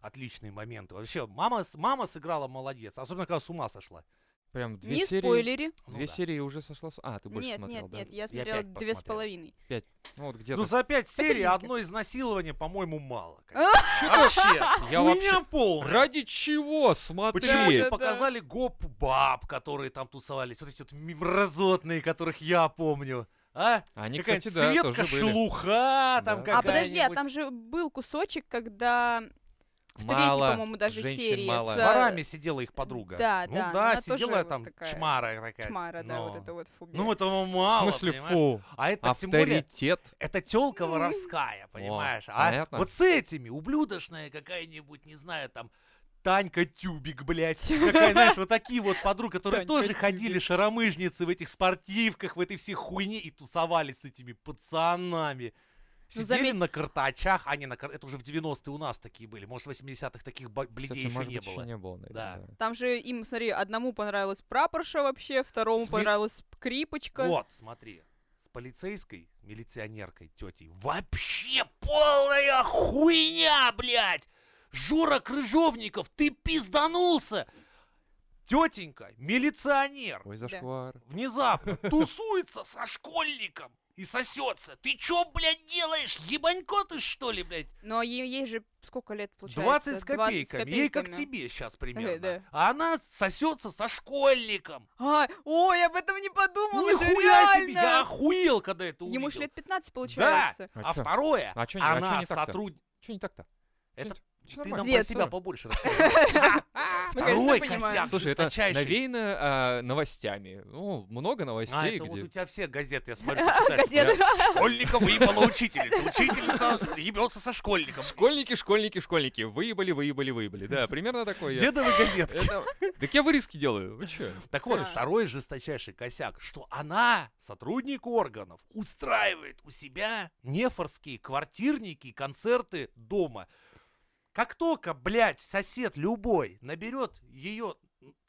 Speaker 2: Отличные моменты. Вообще, мама, с- мама сыграла молодец. Особенно, когда с ума сошла.
Speaker 3: Прям две
Speaker 1: Не
Speaker 3: серии.
Speaker 1: спойлери.
Speaker 2: Ну
Speaker 3: Две
Speaker 2: да.
Speaker 3: серии уже сошло. с- А, ты больше
Speaker 1: Нет,
Speaker 3: смотрел,
Speaker 1: нет,
Speaker 3: да?
Speaker 1: нет, я смотрела две
Speaker 2: пять
Speaker 1: с
Speaker 2: посмотрел.
Speaker 1: половиной.
Speaker 3: Ну вот где-то.
Speaker 2: Ну, за пять серий
Speaker 1: Посерединке.
Speaker 2: одно изнасилование, по-моему, мало. конечно.
Speaker 1: А?
Speaker 2: Вообще.
Speaker 3: Я
Speaker 2: Я
Speaker 3: вообще-
Speaker 2: вообще полная.
Speaker 3: Ради чего? Смотри.
Speaker 2: Почему не
Speaker 1: да.
Speaker 2: показали гоп-баб, которые там тусовались? Вот эти вот м- мразотные, которых я помню. А?
Speaker 3: Они,
Speaker 2: Какая-нибудь
Speaker 3: кстати, да,
Speaker 2: Светка
Speaker 3: тоже были.
Speaker 2: Шелуха там
Speaker 3: Да.
Speaker 1: А подожди, а
Speaker 2: какая-нибудь.
Speaker 1: там же был кусочек, когда в
Speaker 3: Мало
Speaker 1: третьей, по-моему, даже
Speaker 3: женщин,
Speaker 1: серии
Speaker 3: мало.
Speaker 1: с э,
Speaker 2: С ворами сидела их подруга.
Speaker 1: Да,
Speaker 2: ну,
Speaker 1: да,
Speaker 2: да,
Speaker 1: она тоже
Speaker 2: сидела
Speaker 1: вот
Speaker 2: там
Speaker 1: такая
Speaker 2: чмара такая.
Speaker 1: Чмара, да, вот
Speaker 2: Но.
Speaker 1: это вот фобия.
Speaker 2: Ну, этого
Speaker 3: В
Speaker 2: мало,
Speaker 3: смысле,
Speaker 2: понимаешь?
Speaker 3: фу,
Speaker 2: А это тем более,
Speaker 3: авторитет.
Speaker 2: это телка воровская, понимаешь? а
Speaker 3: понятно.
Speaker 2: вот с этими, ублюдочная какая-нибудь, не знаю, там, Танька Тюбик, блядь.
Speaker 1: Тю-
Speaker 2: Какая, знаешь, вот такие вот подруги, которые
Speaker 1: Танька
Speaker 2: тоже
Speaker 1: Тюбик.
Speaker 2: ходили шаромыжницы в этих спортивках, в этой всей хуйне и тусовались с этими пацанами.
Speaker 1: Ну,
Speaker 2: Сидели
Speaker 1: заметь-
Speaker 2: на картачах, а не на кар- Это уже в 90-е у нас такие были. Может, в 80-х таких ба- блядей
Speaker 3: Кстати,
Speaker 2: еще
Speaker 3: может
Speaker 2: не
Speaker 3: быть, еще
Speaker 2: было.
Speaker 3: не было, наверное,
Speaker 2: Да.
Speaker 3: да.
Speaker 1: Там же им, смотри, одному понравилась прапорша вообще, второму
Speaker 2: Све-
Speaker 1: понравилась скрипочка.
Speaker 2: Вот, смотри, с полицейской, милиционеркой, тетей вообще полная хуйня, блядь! Жора Крыжовников, ты пизданулся! Тетенька, милиционер,
Speaker 3: Ой, зашквар.
Speaker 2: внезапно тусуется со школьником и сосется. Ты чё, блядь, делаешь? Ебанько ты, что ли, блядь?
Speaker 1: Но ей, Ну, а ей же сколько лет получается?
Speaker 2: 20 с копейками. Ей как
Speaker 1: копейками.
Speaker 2: тебе сейчас примерно.
Speaker 1: да.
Speaker 2: А она сосется со школьником. Ну,
Speaker 1: А, ой, об этом не подумала же,
Speaker 2: Нихуя себе!
Speaker 1: реально!
Speaker 2: Я охуел, когда это увидел.
Speaker 1: ну, Ему же лет 15 получается.
Speaker 3: А
Speaker 2: А
Speaker 3: чё?
Speaker 2: второе,
Speaker 3: А чё не- а чё
Speaker 2: она
Speaker 3: не так-то?
Speaker 2: сотрудник...
Speaker 3: Че не так-то?
Speaker 2: Это
Speaker 3: Чё- чё
Speaker 2: ты
Speaker 3: нормально?
Speaker 2: нам про
Speaker 1: Дед,
Speaker 2: себя
Speaker 3: сорок.
Speaker 2: побольше расскажи.
Speaker 1: Мы, Ну, конечно,
Speaker 2: Второй
Speaker 1: понимаем.
Speaker 2: косяк
Speaker 3: Слушай, это
Speaker 2: жесточайший.
Speaker 3: навеяно а, новостями. Ну, много новостей,
Speaker 2: А, это вот
Speaker 3: где...
Speaker 2: у тебя все газеты, я смотрю, ты читаешь.
Speaker 1: Газеты.
Speaker 2: Бля, Школьника выебала учительница. Учительница ебется со школьником.
Speaker 3: Школьники, школьники, школьники, выебали, выебали, выебали. Да, примерно такое. я.
Speaker 2: Дедовы газетки.
Speaker 3: Это- Так я вырезки делаю, вы че?
Speaker 2: Так вот,
Speaker 1: Да.
Speaker 2: второй жесточайший косяк, что она, сотрудник органов, устраивает у себя нефорские квартирники, и концерты дома. Как только, блядь, сосед любой наберет ее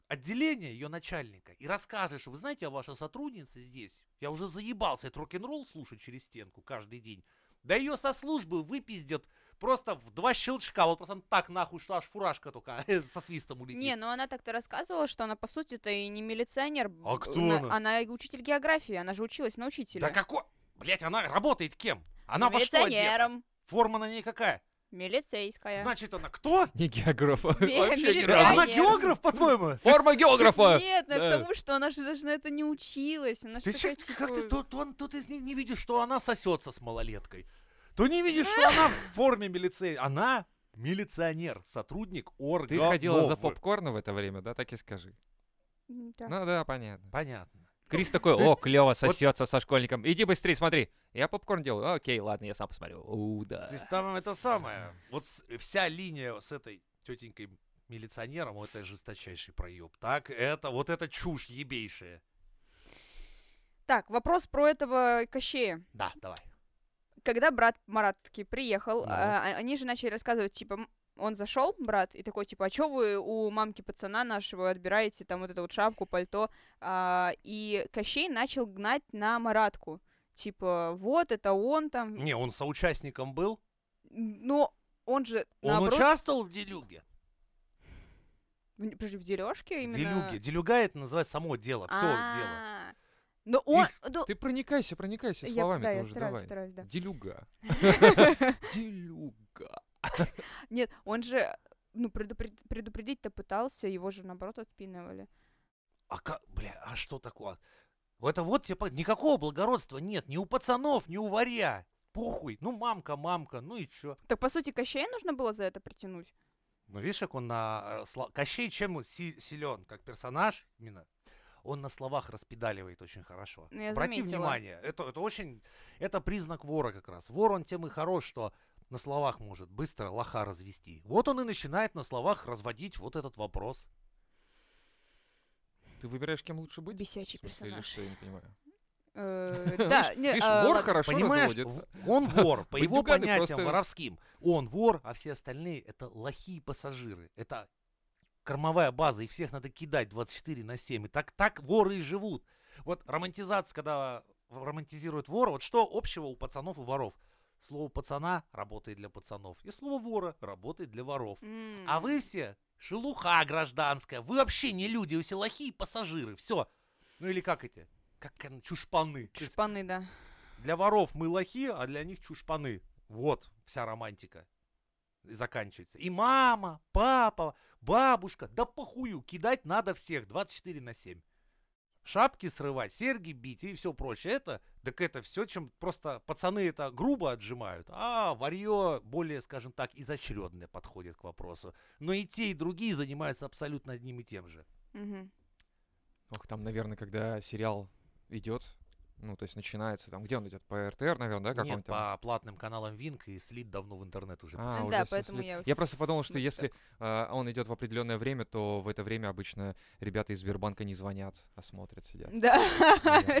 Speaker 2: отделение, ее начальника, и расскажет, что вы знаете, а ваша сотрудница здесь, я уже заебался этот рок-н-ролл слушать через стенку каждый день, да ее со службы выпиздят просто в два щелчка, вот потом так нахуй, что аж фуражка только э, со свистом улетит.
Speaker 1: Не, ну она так-то рассказывала, что она, по сути-то, и не милиционер.
Speaker 2: А кто она?
Speaker 1: Она и учитель географии, она же училась на учителя.
Speaker 2: Да какой? Блять, она работает кем? Она во что одета?
Speaker 1: Милиционером. Э.
Speaker 2: Форма на ней какая?
Speaker 1: Милицейская.
Speaker 2: Значит, она кто?
Speaker 3: Не географа.
Speaker 1: Не,
Speaker 3: Вообще ни
Speaker 1: милиция.
Speaker 3: разу.
Speaker 2: Она
Speaker 1: нет.
Speaker 2: географ, по-твоему?
Speaker 3: Форма географа!
Speaker 1: Нет, ну
Speaker 3: Да.
Speaker 1: потому что она же даже на это не училась. Она
Speaker 2: Ты
Speaker 1: же такая,
Speaker 2: чё- как ты
Speaker 1: типа,
Speaker 2: то, то- то ты не, не видишь, что она сосется с малолеткой, то не видишь, что она в форме милиции. Она милиционер, сотрудник органов.
Speaker 3: Ты ходила за попкорном в это время, да, так и скажи.
Speaker 1: м, да.
Speaker 3: Ну да, понятно.
Speaker 2: Понятно.
Speaker 3: Крис такой,
Speaker 2: То есть-
Speaker 3: о, клево сосется со школьником. Иди быстрее, смотри. Я попкорн делаю. Окей, ладно, я сам посмотрю. У, да.
Speaker 2: То есть там это самое. Вот с- вся линия с этой тетенькой милиционером, вот это жесточайший проеб. Так, это вот это чушь ебейшая.
Speaker 1: Так, вопрос про этого Кощея.
Speaker 2: Да, давай.
Speaker 1: Когда брат Маратки приехал,
Speaker 3: Ну.
Speaker 1: а, а- они же начали рассказывать, типа, м, он зашел, брат, и такой, типа, а чё вы у мамки пацана нашего отбираете там вот эту вот шапку, пальто? А, и Кощей начал гнать на Маратку. Типа, вот, это он там.
Speaker 2: Не, он соучастником был.
Speaker 1: Но он же,
Speaker 2: Он
Speaker 1: наоборот...
Speaker 2: участвовал в делюге?
Speaker 1: в- Подожди, в дележке именно?
Speaker 2: Делюге. Делюга это называть само дело, все дело.
Speaker 1: А. Но он... ну,
Speaker 3: Ты проникайся, проникайся
Speaker 1: я-
Speaker 3: словами
Speaker 1: да, я
Speaker 3: уже,
Speaker 1: стараюсь,
Speaker 3: давай.
Speaker 1: стараюсь, да.
Speaker 3: Делюга. Делюга.
Speaker 1: Нет, он же, ну, предупред- предупредить-то пытался, его же, наоборот, отпинывали.
Speaker 2: А как, бля, а что такое? Это вот тебе по- никакого благородства нет, ни у пацанов, ни у варя. Похуй, ну мамка, мамка, ну и чё?
Speaker 1: Так, по сути, Кощея нужно было за это притянуть?
Speaker 2: Ну видишь, как он на... э, сла- Кощей чем он си- силен, как персонаж именно? Он на словах распедаливает очень хорошо.
Speaker 1: Ну, я
Speaker 2: Обрати
Speaker 1: заметила.
Speaker 2: внимание, это, это очень... Это признак вора как раз. Вор, он тем и хорош, что на словах может быстро лоха развести. Вот он и начинает на словах разводить вот этот вопрос.
Speaker 3: Ты выбираешь, кем лучше быть?
Speaker 1: Бесячий
Speaker 3: В смысле, или
Speaker 1: персонаж.
Speaker 3: что, я не понимаю.
Speaker 1: Э,
Speaker 3: Знаешь,
Speaker 1: Да, не,
Speaker 3: Видишь,
Speaker 1: а,
Speaker 3: вор
Speaker 1: ладно.
Speaker 3: хорошо
Speaker 2: Понимаешь,
Speaker 3: разводит.
Speaker 2: в- он вор, по его
Speaker 3: Бандюганы
Speaker 2: понятиям
Speaker 3: просто-
Speaker 2: воровским. Он вор, а все остальные это лохи и пассажиры. Это кормовая база, их всех надо кидать 24 на 7. И так, так воры и живут. Вот романтизация, когда в- романтизируют вора, вот что общего у пацанов и воров? Слово пацана работает для пацанов, и слово вора работает для воров.
Speaker 1: М.
Speaker 2: А вы все шелуха гражданская. Вы вообще не люди, вы все лохи и пассажиры. Все. Ну или как эти? Как э, чушпаны. То есть
Speaker 1: Шпаны, да.
Speaker 2: для воров мы лохи, а для них чушпаны. Вот вся романтика. И заканчивается. И мама, папа, бабушка. Да похую, кидать надо всех 24 на 7. Шапки срывать, серьги бить и все прочее. Это, так это все, чем просто пацаны это грубо отжимают, а варье более, скажем так, изощренное подходит к вопросу. Но и те, и другие занимаются абсолютно одним и тем же.
Speaker 1: Мгм.
Speaker 3: Ох, там, наверное, когда сериал идет, ну, то есть начинается там, где он идет? По РТР, наверное, да,
Speaker 2: Нет,
Speaker 3: каком-нибудь там?
Speaker 2: по платным каналам Винк и слит давно в интернет уже.
Speaker 3: А,
Speaker 1: Да,
Speaker 3: уже со
Speaker 1: поэтому
Speaker 3: след-
Speaker 1: я
Speaker 3: Я
Speaker 1: с-
Speaker 3: просто подумал, что
Speaker 1: ну,
Speaker 3: если а, он идет в определенное время, то в это время обычно ребята из Сбербанка не звонят, а смотрят, сидят.
Speaker 1: Да,
Speaker 3: Наверное.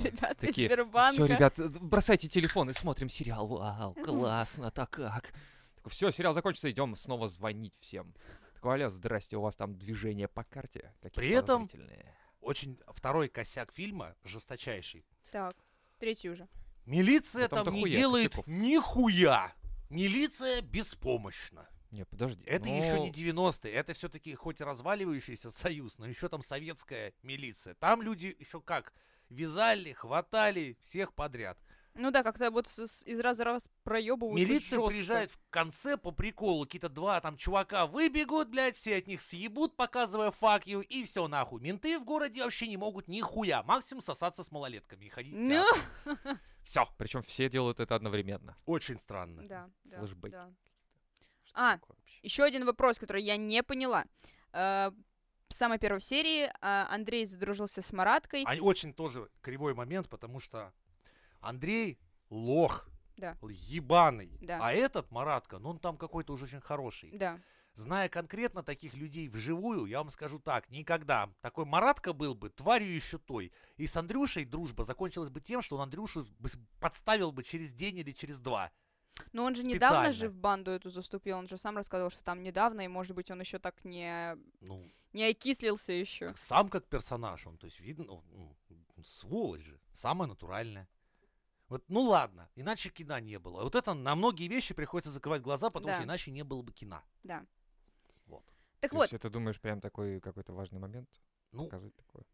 Speaker 1: ребята из
Speaker 3: Такие,
Speaker 1: Сбербанка.
Speaker 3: Все, ребят, э, бросайте телефон и смотрим сериал. Вау, классно, так как. Все, сериал закончится, идем снова звонить всем. Такой, аля, здрасте, у вас там движение по карте. Какие
Speaker 2: При этом-
Speaker 3: подозрительные».
Speaker 2: Очень второй косяк фильма, жесточайший.
Speaker 1: Так, третий уже.
Speaker 2: Милиция
Speaker 3: Да там
Speaker 2: там не
Speaker 3: дохуя
Speaker 2: делает
Speaker 3: косяков.
Speaker 2: нихуя. Милиция беспомощна.
Speaker 3: Не, подожди.
Speaker 2: Это еще
Speaker 3: ну,
Speaker 2: не 90-е, это все-таки хоть и разваливающийся союз, но еще там советская милиция. Там люди еще как вязали, хватали всех подряд.
Speaker 1: Ну да, как-то вот с- с- из раза в раз проебывают.
Speaker 2: Милиция приезжает в конце по приколу, какие-то два там чувака выбегут, блядь, все от них съебут, показывая факью, и все нахуй. Менты в городе вообще не могут нихуя, максимум сосаться с малолетками и ходить
Speaker 1: Ну.
Speaker 2: Все,
Speaker 3: Причем все делают это одновременно.
Speaker 2: очень странно.
Speaker 1: Да, да,
Speaker 3: Флэшбэки.
Speaker 1: да.
Speaker 3: Что
Speaker 1: А.
Speaker 3: такое вообще?
Speaker 1: Еще один вопрос, который я не поняла. Э, В самой первой серии э, Андрей задружился с Мараткой.
Speaker 2: А очень тоже кривой момент, потому что Андрей лох.
Speaker 1: Да.
Speaker 2: л- Ебаный.
Speaker 1: Да.
Speaker 2: А этот Маратка, ну он там какой-то уже очень хороший.
Speaker 1: Да.
Speaker 2: Зная конкретно таких людей вживую, я вам скажу так, никогда. Такой Маратка был бы тварью еще той. И с Андрюшей дружба закончилась бы тем, что он Андрюшу бы с- подставил бы через день или через два.
Speaker 1: Но он же недавно же
Speaker 2: Специально.
Speaker 1: в банду эту заступил, он же сам рассказывал, что там недавно, и может быть он еще так не,
Speaker 2: Ну,
Speaker 1: не окислился еще.
Speaker 2: как- сам как персонаж он, то есть видно, он, ну, он сволочь же, самое натуральное. Вот, ну ладно, иначе кино не было. Вот это на многие вещи приходится закрывать глаза, потому что
Speaker 1: Да.
Speaker 2: иначе не было бы кино.
Speaker 1: Да.
Speaker 2: Вот.
Speaker 1: Так
Speaker 3: То
Speaker 1: вот,
Speaker 3: есть это, думаешь, прям такой какой-то важный момент?
Speaker 2: Ну,
Speaker 3: Показать такое?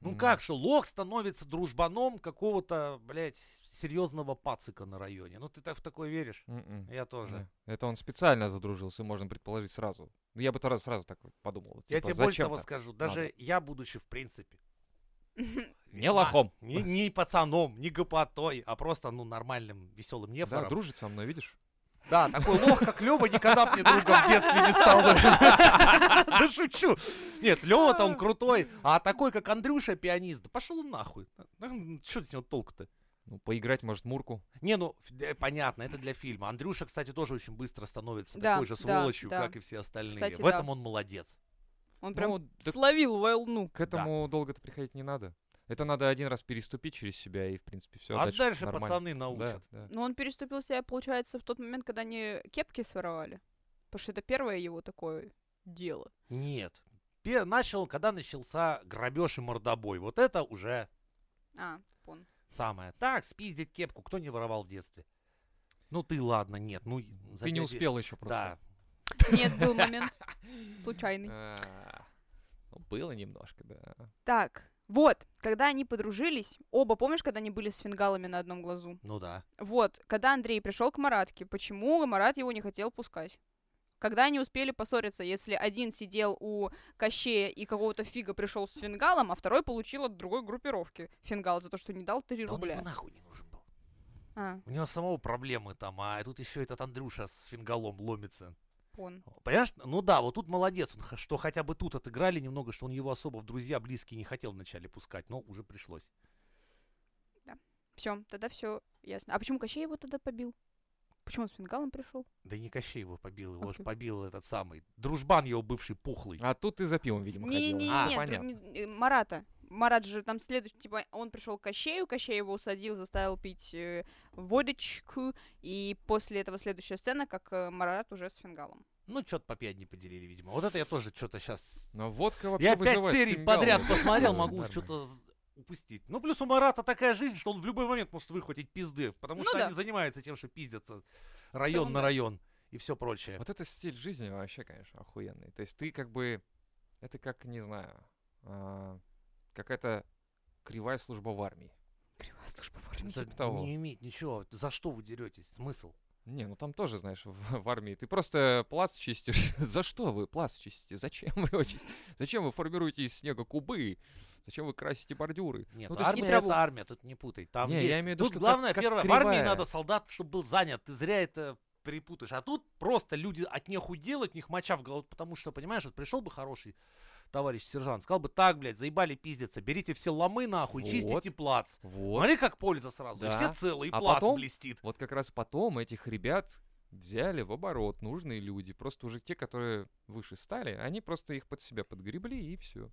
Speaker 2: ну
Speaker 3: М.
Speaker 2: как, что лох становится дружбаном какого-то, блядь, с- серьезного пацика на районе. Ну ты так в такое веришь?
Speaker 3: Мгм.
Speaker 2: Я тоже.
Speaker 3: Не, Это он специально задружился, можно предположить сразу. Ну, Я бы тогда сразу так вот подумал.
Speaker 2: Я
Speaker 3: типа,
Speaker 2: тебе больше того
Speaker 3: зачем-то?
Speaker 2: скажу. Даже я, будучи, в принципе,
Speaker 3: Не
Speaker 2: весьма
Speaker 3: лохом.
Speaker 2: Не, не пацаном, не гопотой, а просто, ну, нормальным, веселым
Speaker 3: Да,
Speaker 2: нефором.
Speaker 3: дружит со мной, видишь?
Speaker 2: Да, такой лох, как Лева, никогда мне другом в детстве не стал. бы. Да шучу. Нет, Лева там крутой, а такой, как Андрюша, пианист, да пошел он нахуй. Что с него толку-то?
Speaker 3: Ну, поиграть, может, Мурку.
Speaker 2: Не, ну, ф- э, понятно, это для фильма. Андрюша, кстати, тоже очень быстро становится
Speaker 1: Да,
Speaker 2: такой же
Speaker 1: да,
Speaker 2: сволочью,
Speaker 1: да.
Speaker 2: как и все остальные.
Speaker 1: Кстати,
Speaker 2: в
Speaker 1: да.
Speaker 2: этом он молодец.
Speaker 1: он прям
Speaker 3: Ну, да
Speaker 1: словил волну.
Speaker 3: К этому долго-то приходить не надо. Это надо один раз переступить через себя, и, в принципе, все.
Speaker 2: а дальше
Speaker 3: нормально.
Speaker 2: пацаны
Speaker 3: Да,
Speaker 2: научат.
Speaker 3: да.
Speaker 1: Но он переступил себя, получается, в тот момент, когда они кепки своровали. Потому что это первое его такое дело.
Speaker 2: Нет. Пе- Начал, когда начался грабеж и мордобой. Вот это уже
Speaker 1: А, пон.
Speaker 2: самое. Так, спиздить кепку, кто не воровал в детстве? Ну ты ладно, нет, ну... и-
Speaker 3: Ты не
Speaker 2: заметь,
Speaker 3: успел еще
Speaker 2: Да,
Speaker 3: просто.
Speaker 1: Нет, был момент случайный.
Speaker 3: А, ну, Было немножко, да.
Speaker 1: Так, вот, когда они подружились, оба, помнишь, когда они были с фингалами на одном глазу?
Speaker 2: ну да.
Speaker 1: Вот, когда Андрей пришел к Маратке, почему Марат его не хотел пускать? Когда они успели поссориться, если один сидел у Кощея и какого-то фига пришел с фингалом, а второй получил от другой группировки фингал за то, что не дал 3
Speaker 2: Да он ему
Speaker 1: рубля.
Speaker 2: нахуй не нужен был.
Speaker 1: А,
Speaker 2: У него самого проблемы там, а тут еще этот Андрюша с фингалом ломится.
Speaker 1: он.
Speaker 2: Понимаешь? Ну да, вот тут молодец, он х- что хотя бы тут отыграли немного, что он его особо в друзья близкие не хотел вначале пускать, но уже пришлось.
Speaker 1: Все, тогда все ясно. А почему Кощей его тогда побил? Почему он с фингалом пришел?
Speaker 2: Да и не Кощей его побил, его же
Speaker 1: Окей.
Speaker 2: побил этот самый, дружбан его бывший пухлый.
Speaker 3: А тут ты за пивом, видимо, ходил.
Speaker 1: Не-не-не,
Speaker 2: А,
Speaker 1: дру-
Speaker 3: понятно.
Speaker 1: не- э, Марата. Марат же там следующий, типа, он пришел к Кощею, Кощей его усадил, заставил пить э, водочку, и после этого следующая сцена, как э, Марат уже с фингалом.
Speaker 2: Ну, что-то по пять не поделили, видимо. Вот это я тоже что-то сейчас...
Speaker 3: Но водка вообще
Speaker 2: Я пять
Speaker 3: вызывает
Speaker 2: серий
Speaker 3: фингал,
Speaker 2: подряд
Speaker 3: это
Speaker 2: посмотрел,
Speaker 3: такое,
Speaker 2: могу
Speaker 3: нормально.
Speaker 2: что-то упустить. Ну, плюс у Марата такая жизнь, что он в любой момент может выхватить пизды, потому
Speaker 1: Ну
Speaker 2: что
Speaker 1: да.
Speaker 2: они занимаются тем, что пиздятся район
Speaker 1: целом
Speaker 2: на
Speaker 1: да.
Speaker 2: район и все прочее.
Speaker 3: Вот это стиль жизни вообще, конечно, охуенный. То есть ты как бы... Это как, не знаю, а, какая-то кривая служба в армии.
Speaker 1: Кривая служба в армии.
Speaker 2: Это
Speaker 3: типа того.
Speaker 2: Не имеет ничего. За что вы деретесь? Смысл?
Speaker 3: Не, ну там тоже, знаешь, в, в армии ты просто плац чистишь. За что вы плац чистите? Зачем вы его чистите? Зачем вы формируете из снега кубы? Зачем вы красите бордюры?
Speaker 2: Нет,
Speaker 3: Ну, то есть
Speaker 1: и
Speaker 2: армия
Speaker 1: траву.
Speaker 2: это армия, тут не путай. Там
Speaker 3: Не, я
Speaker 2: есть.
Speaker 3: имею в виду,
Speaker 2: тут
Speaker 3: что как-
Speaker 2: главное,
Speaker 3: как
Speaker 2: первое, в армии
Speaker 3: кривая.
Speaker 2: надо солдат, чтобы был занят. Ты зря это перепутаешь. А тут просто люди от нехуй делать, у них моча в голову. Потому что, понимаешь, вот пришел бы хороший товарищ сержант, сказал бы, так, блядь, заебали пиздиться, берите все ломы нахуй,
Speaker 3: Вот.
Speaker 2: чистите плац.
Speaker 3: Вот.
Speaker 2: Смотри, как польза сразу. И все
Speaker 3: Да.
Speaker 2: целые, и
Speaker 3: А
Speaker 2: плац
Speaker 3: потом-
Speaker 2: блестит.
Speaker 3: Вот как раз потом этих ребят взяли в оборот нужные люди. Просто уже те, которые выше стали, они просто их под себя подгребли и все.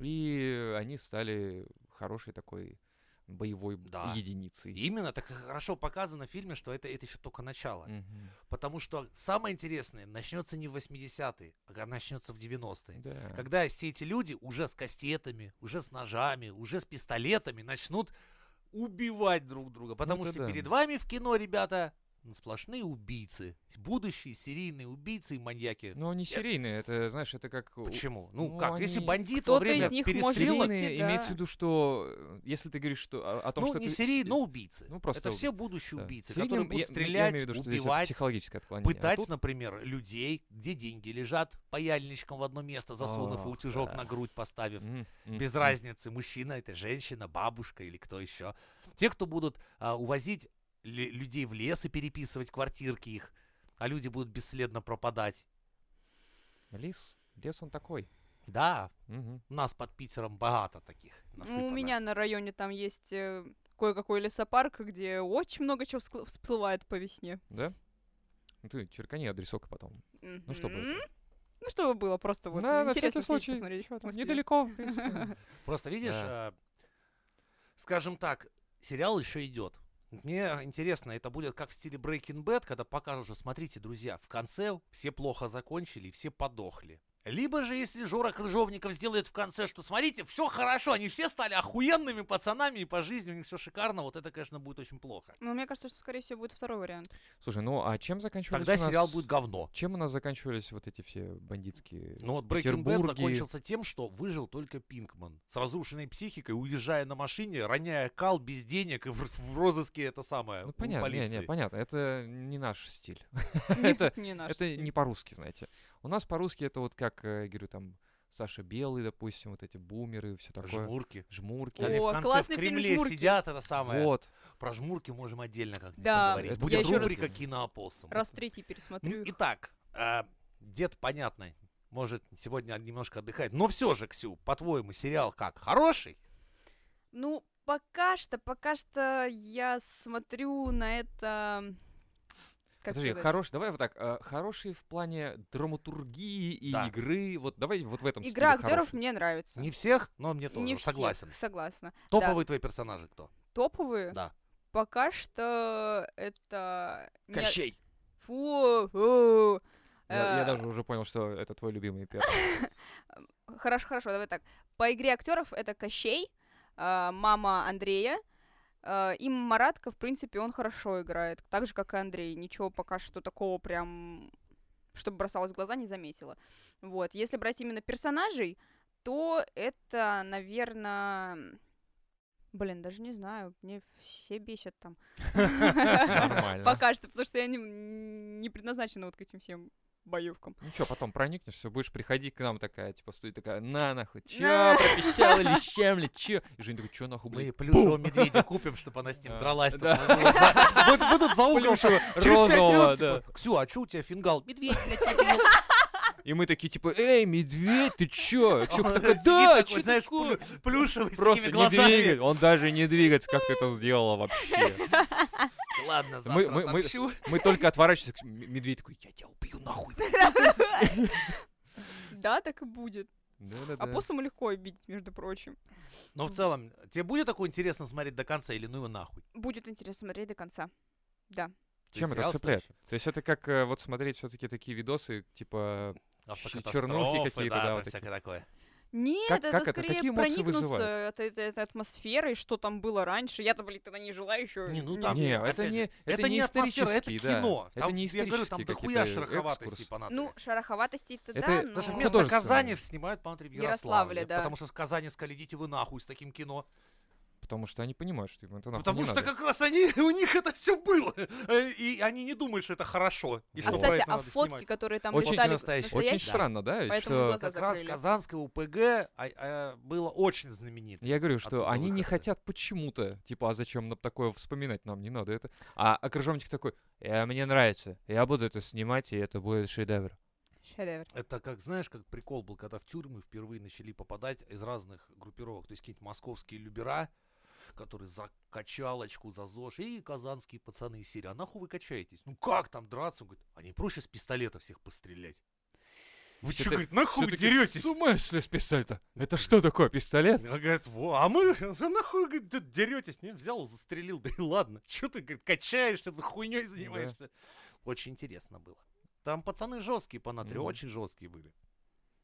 Speaker 3: И они стали хорошей такой боевой б-
Speaker 2: Да.
Speaker 3: единицей.
Speaker 2: И Именно так хорошо показано в фильме, что это, это еще только начало.
Speaker 3: Мгм.
Speaker 2: Потому что самое интересное начнется не в 80-е, а начнется в 90-е.
Speaker 3: Да.
Speaker 2: Когда все эти люди уже с кастетами, уже с ножами, уже с пистолетами начнут убивать друг друга. Потому
Speaker 3: это
Speaker 2: что
Speaker 3: Ну да.
Speaker 2: перед вами в кино, ребята, ну, сплошные убийцы. Будущие серийные убийцы и маньяки.
Speaker 3: Но они серийные, это, знаешь, это как... Ну, у-
Speaker 2: Почему? Ну,
Speaker 3: ну,
Speaker 2: как, если
Speaker 3: они-
Speaker 2: бандит
Speaker 1: Кто-то
Speaker 2: во время
Speaker 1: из них может
Speaker 2: перестрелок...
Speaker 1: быть,
Speaker 3: Серийные
Speaker 1: да.
Speaker 3: имеется в виду, что э, если ты говоришь что, о, о том,
Speaker 2: Ну,
Speaker 3: что
Speaker 2: не
Speaker 3: ты...
Speaker 2: серии,
Speaker 3: с-
Speaker 2: но убийцы.
Speaker 3: ну, просто
Speaker 2: Это все будущие
Speaker 3: да.
Speaker 2: убийцы,
Speaker 3: Серийным
Speaker 2: которые
Speaker 3: я-
Speaker 2: будут
Speaker 3: я
Speaker 2: стрелять,
Speaker 3: имею в виду, что здесь это
Speaker 2: убивать,
Speaker 3: психологическое отклонение. А
Speaker 2: пытать,
Speaker 3: тут-
Speaker 2: например, людей, где деньги лежат, паяльничком в одно место засунув и
Speaker 3: Ох,
Speaker 2: утюжок
Speaker 3: да.
Speaker 2: на грудь поставив.
Speaker 3: М, м,
Speaker 2: Без
Speaker 3: м.
Speaker 2: разницы, мужчина это женщина, бабушка или кто еще. Те, кто будут а, увозить лю- людей в лес и переписывать квартирки их, а люди будут бесследно пропадать.
Speaker 3: Лес, лес он такой.
Speaker 2: Да,
Speaker 3: Мгм.
Speaker 2: у нас под Питером богато таких.
Speaker 1: Ну,
Speaker 2: насыпано.
Speaker 1: у меня на районе там есть э, кое-какой лесопарк, где очень много чего всклы- всплывает по весне.
Speaker 3: Да? Ну ты черкани адресок потом. Ну, чтобы это-
Speaker 1: Мгм. Ну, чтобы было просто вот
Speaker 3: На, на
Speaker 1: интересно съездить
Speaker 3: всякий случай.
Speaker 1: посмотреть.
Speaker 3: чё там,
Speaker 1: Господи.
Speaker 3: недалеко, в принципе.
Speaker 2: Просто видишь,
Speaker 3: Да.
Speaker 2: а, скажем так, сериал еще идет. Мне интересно, это будет как в стиле Breaking Bad, когда покажут, что смотрите, друзья, в конце все плохо закончили и все подохли. Либо же, если Жора Крыжовников сделает в конце, что смотрите, все хорошо, они все стали охуенными пацанами, и по жизни у них все шикарно, вот это, конечно, будет очень плохо.
Speaker 1: Ну, мне кажется, что, скорее всего, будет второй вариант.
Speaker 3: Слушай, ну а чем заканчивались
Speaker 2: Тогда
Speaker 3: у нас-
Speaker 2: сериал будет говно.
Speaker 3: Чем у нас заканчивались вот эти все бандитские...
Speaker 2: Ну вот
Speaker 3: в
Speaker 2: Breaking Bad
Speaker 3: Петербурге?
Speaker 2: закончился тем, что выжил только Пинкман. С разрушенной психикой, уезжая на машине, роняя кал без денег и в, в розыске это самое.
Speaker 3: Ну
Speaker 2: э, у
Speaker 3: понятно, не,
Speaker 2: полиции.
Speaker 3: не, понятно, это не наш стиль.
Speaker 1: Не-
Speaker 3: Это-
Speaker 1: Не наш
Speaker 3: это
Speaker 1: стиль.
Speaker 3: не по-русски, знаете. У нас по-русски это вот как, э, я говорю, там, Саша Белый, допустим, вот эти бумеры, все такое.
Speaker 2: Жмурки.
Speaker 3: Жмурки.
Speaker 2: Они в
Speaker 1: О,
Speaker 2: конце
Speaker 1: классный
Speaker 2: в
Speaker 1: фильм
Speaker 2: Кремле
Speaker 1: «Жмурки».
Speaker 2: сидят, это самое.
Speaker 3: Вот.
Speaker 2: Про жмурки можем отдельно как-нибудь
Speaker 1: Да,
Speaker 2: поговорить.
Speaker 3: Это
Speaker 1: я
Speaker 2: Будет
Speaker 1: еще раз-
Speaker 2: рубрика «Киноапоссум».
Speaker 1: Раз третий
Speaker 2: Ну,
Speaker 1: пересмотрю. их.
Speaker 2: Итак, а, дед, понятно, может, сегодня немножко отдыхает. Но все же, Ксю, по-твоему, сериал как? Хороший?
Speaker 1: Ну, пока что, пока что я смотрю на это... Как
Speaker 3: Подожди,
Speaker 1: сказать?
Speaker 3: хороший, давай вот так, э, хороший в плане драматургии и
Speaker 2: Да.
Speaker 3: игры, вот давай вот в этом стиле
Speaker 1: Игра актеров
Speaker 3: хороший.
Speaker 1: мне нравится.
Speaker 2: Не всех, но мне тоже.
Speaker 1: Не всех,
Speaker 2: согласен.
Speaker 1: Согласна.
Speaker 2: Топовые твои персонажи кто?
Speaker 1: Топовые?
Speaker 2: Да.
Speaker 1: Пока что это... не-
Speaker 3: Кощей!
Speaker 1: Фу, фу.
Speaker 3: Я, я
Speaker 1: Э,
Speaker 3: даже уже понял, что это твой любимый персонаж.
Speaker 1: Хорошо, хорошо, давай так. По игре актеров это Кощей, а, мама Андрея, а, и Маратка, в принципе, он хорошо играет, так же, как и Андрей. Ничего пока что такого прям, чтобы бросалось в глаза, не заметила. Вот, если брать именно персонажей, то это, наверное... Блин, даже не знаю, мне все бесят там.
Speaker 3: Нормально.
Speaker 1: Пока что, потому что я не, не предназначена вот к этим всем боевкам.
Speaker 3: Ну что, потом проникнешься, будешь приходить к нам такая, типа, стоит такая, на нахуй,
Speaker 1: На.
Speaker 3: чё, пропищала лещем, ли, чё? И Женя такой, чё нахуй,
Speaker 2: Мы
Speaker 3: блин?
Speaker 2: плюшевого медведя купим, чтобы она с ним
Speaker 3: Да.
Speaker 2: дралась.
Speaker 3: Да.
Speaker 2: тут. Вот будут за угол.
Speaker 3: Плюшевого,
Speaker 2: Через пять
Speaker 3: розового,
Speaker 2: минут,
Speaker 3: да.
Speaker 2: типа, Ксю, а чё у тебя фингал? Медведь, блядь, побил».
Speaker 3: И мы такие, типа, эй, медведь, ты чё? И Ксюха
Speaker 2: Он
Speaker 3: такая,
Speaker 2: сидит
Speaker 3: да,
Speaker 2: такой,
Speaker 3: чё
Speaker 2: знаешь,
Speaker 3: такое?»
Speaker 2: плю- плюшевый с
Speaker 3: Просто
Speaker 2: такими
Speaker 3: не
Speaker 2: глазами.
Speaker 3: двигает, он даже не двигается, как ты это сделала вообще.
Speaker 2: Ладно,
Speaker 3: Мы-
Speaker 2: завтра
Speaker 3: мы- мы-
Speaker 2: отомщу.
Speaker 3: Мы только отворачиваемся, к- м- медведь такой, я тебя убью нахуй.
Speaker 1: Да, так и будет. А
Speaker 3: Да-да-да.
Speaker 1: посому легко обидеть, между прочим.
Speaker 2: Но в целом, тебе будет такое интересно смотреть до конца или ну его нахуй?
Speaker 1: Будет интересно смотреть до конца. Да.
Speaker 2: Ты
Speaker 3: Чем это
Speaker 2: сериал
Speaker 3: цепляет?
Speaker 2: смотришь?
Speaker 3: То есть это как э, вот смотреть все-таки такие видосы, типа,
Speaker 2: Автокатастрофы,
Speaker 3: чернухи какие-то, да,
Speaker 2: там
Speaker 3: вот
Speaker 2: всякое такое.
Speaker 1: Нет,
Speaker 3: Как-
Speaker 1: это,
Speaker 3: как это?
Speaker 1: скорее
Speaker 3: Какие эмоции
Speaker 1: проникнуться
Speaker 3: вызывает?
Speaker 1: от этой, этой атмосферой, что там было раньше. Я-то, блин, тогда не жила еще.
Speaker 2: Не, ну там-
Speaker 3: не,
Speaker 2: опять
Speaker 3: это
Speaker 2: же,
Speaker 3: не, это не
Speaker 2: атмосфера, это
Speaker 3: исторический, да.
Speaker 2: кино.
Speaker 3: Это
Speaker 2: Там,
Speaker 3: не
Speaker 2: я говорю, там
Speaker 3: исторические
Speaker 2: дохуя
Speaker 3: какие-то
Speaker 2: шероховатости
Speaker 3: экскурсы.
Speaker 2: понадобится.
Speaker 1: Ну, шароховатости-то
Speaker 3: Это-
Speaker 1: да, но...
Speaker 2: Потому что
Speaker 3: Ну,
Speaker 2: вместо
Speaker 3: художественное.
Speaker 2: Казани снимают, по-моему,
Speaker 1: Ярославля,
Speaker 2: Ярославля.
Speaker 1: да.
Speaker 2: Потому что в Казани сказали, идите вы нахуй с таким кино.
Speaker 3: потому что они понимают, что им это нахуй
Speaker 2: Потому
Speaker 3: не
Speaker 2: что
Speaker 3: надо.
Speaker 2: как раз они, у них это все было. Э, И они не думают, что это хорошо. И
Speaker 1: А,
Speaker 2: что про
Speaker 1: кстати,
Speaker 2: это
Speaker 1: а
Speaker 2: надо
Speaker 1: фотки,
Speaker 2: снимать.
Speaker 1: которые там
Speaker 3: Очень
Speaker 1: летали,
Speaker 2: настоящие.
Speaker 3: Очень
Speaker 2: настоящие, да.
Speaker 3: странно, да, и
Speaker 1: Поэтому
Speaker 3: что...
Speaker 1: глаза
Speaker 2: как раз
Speaker 1: закрыли.
Speaker 2: Казанское УПГ а, а, было очень знаменито.
Speaker 3: Я говорю, что
Speaker 2: Оттуда
Speaker 3: они не
Speaker 2: выходы.
Speaker 3: хотят почему-то. Типа, а зачем нам такое вспоминать? Нам не надо это. А, а Крыжовник такой, «Э, мне нравится, я буду это снимать, и это будет шедевр.
Speaker 1: Шедевр.
Speaker 2: Это как, знаешь, как прикол был, когда в тюрьмы впервые начали попадать из разных группировок. То есть какие-нибудь московские любера, которые за качалочку, за ЗОЖ, и казанские пацаны из серии. А нахуй вы качаетесь? Ну как там драться? Он говорит, а не проще с пистолета всех пострелять. Вы
Speaker 3: Всё
Speaker 2: что,
Speaker 3: ты-
Speaker 2: говорит, нахуй
Speaker 3: Всё-таки
Speaker 2: деретесь?
Speaker 3: С ума слез писать-то? Это что такое, пистолет?
Speaker 2: Она говорит, во, а мы, за нахуй, говорит, тут деретесь? Не, взял, застрелил, да и ладно. Че ты, говорит, качаешься, ты хуйней занимаешься? Очень интересно было. Там пацаны жесткие по натри,
Speaker 3: Мгм.
Speaker 2: очень жесткие были.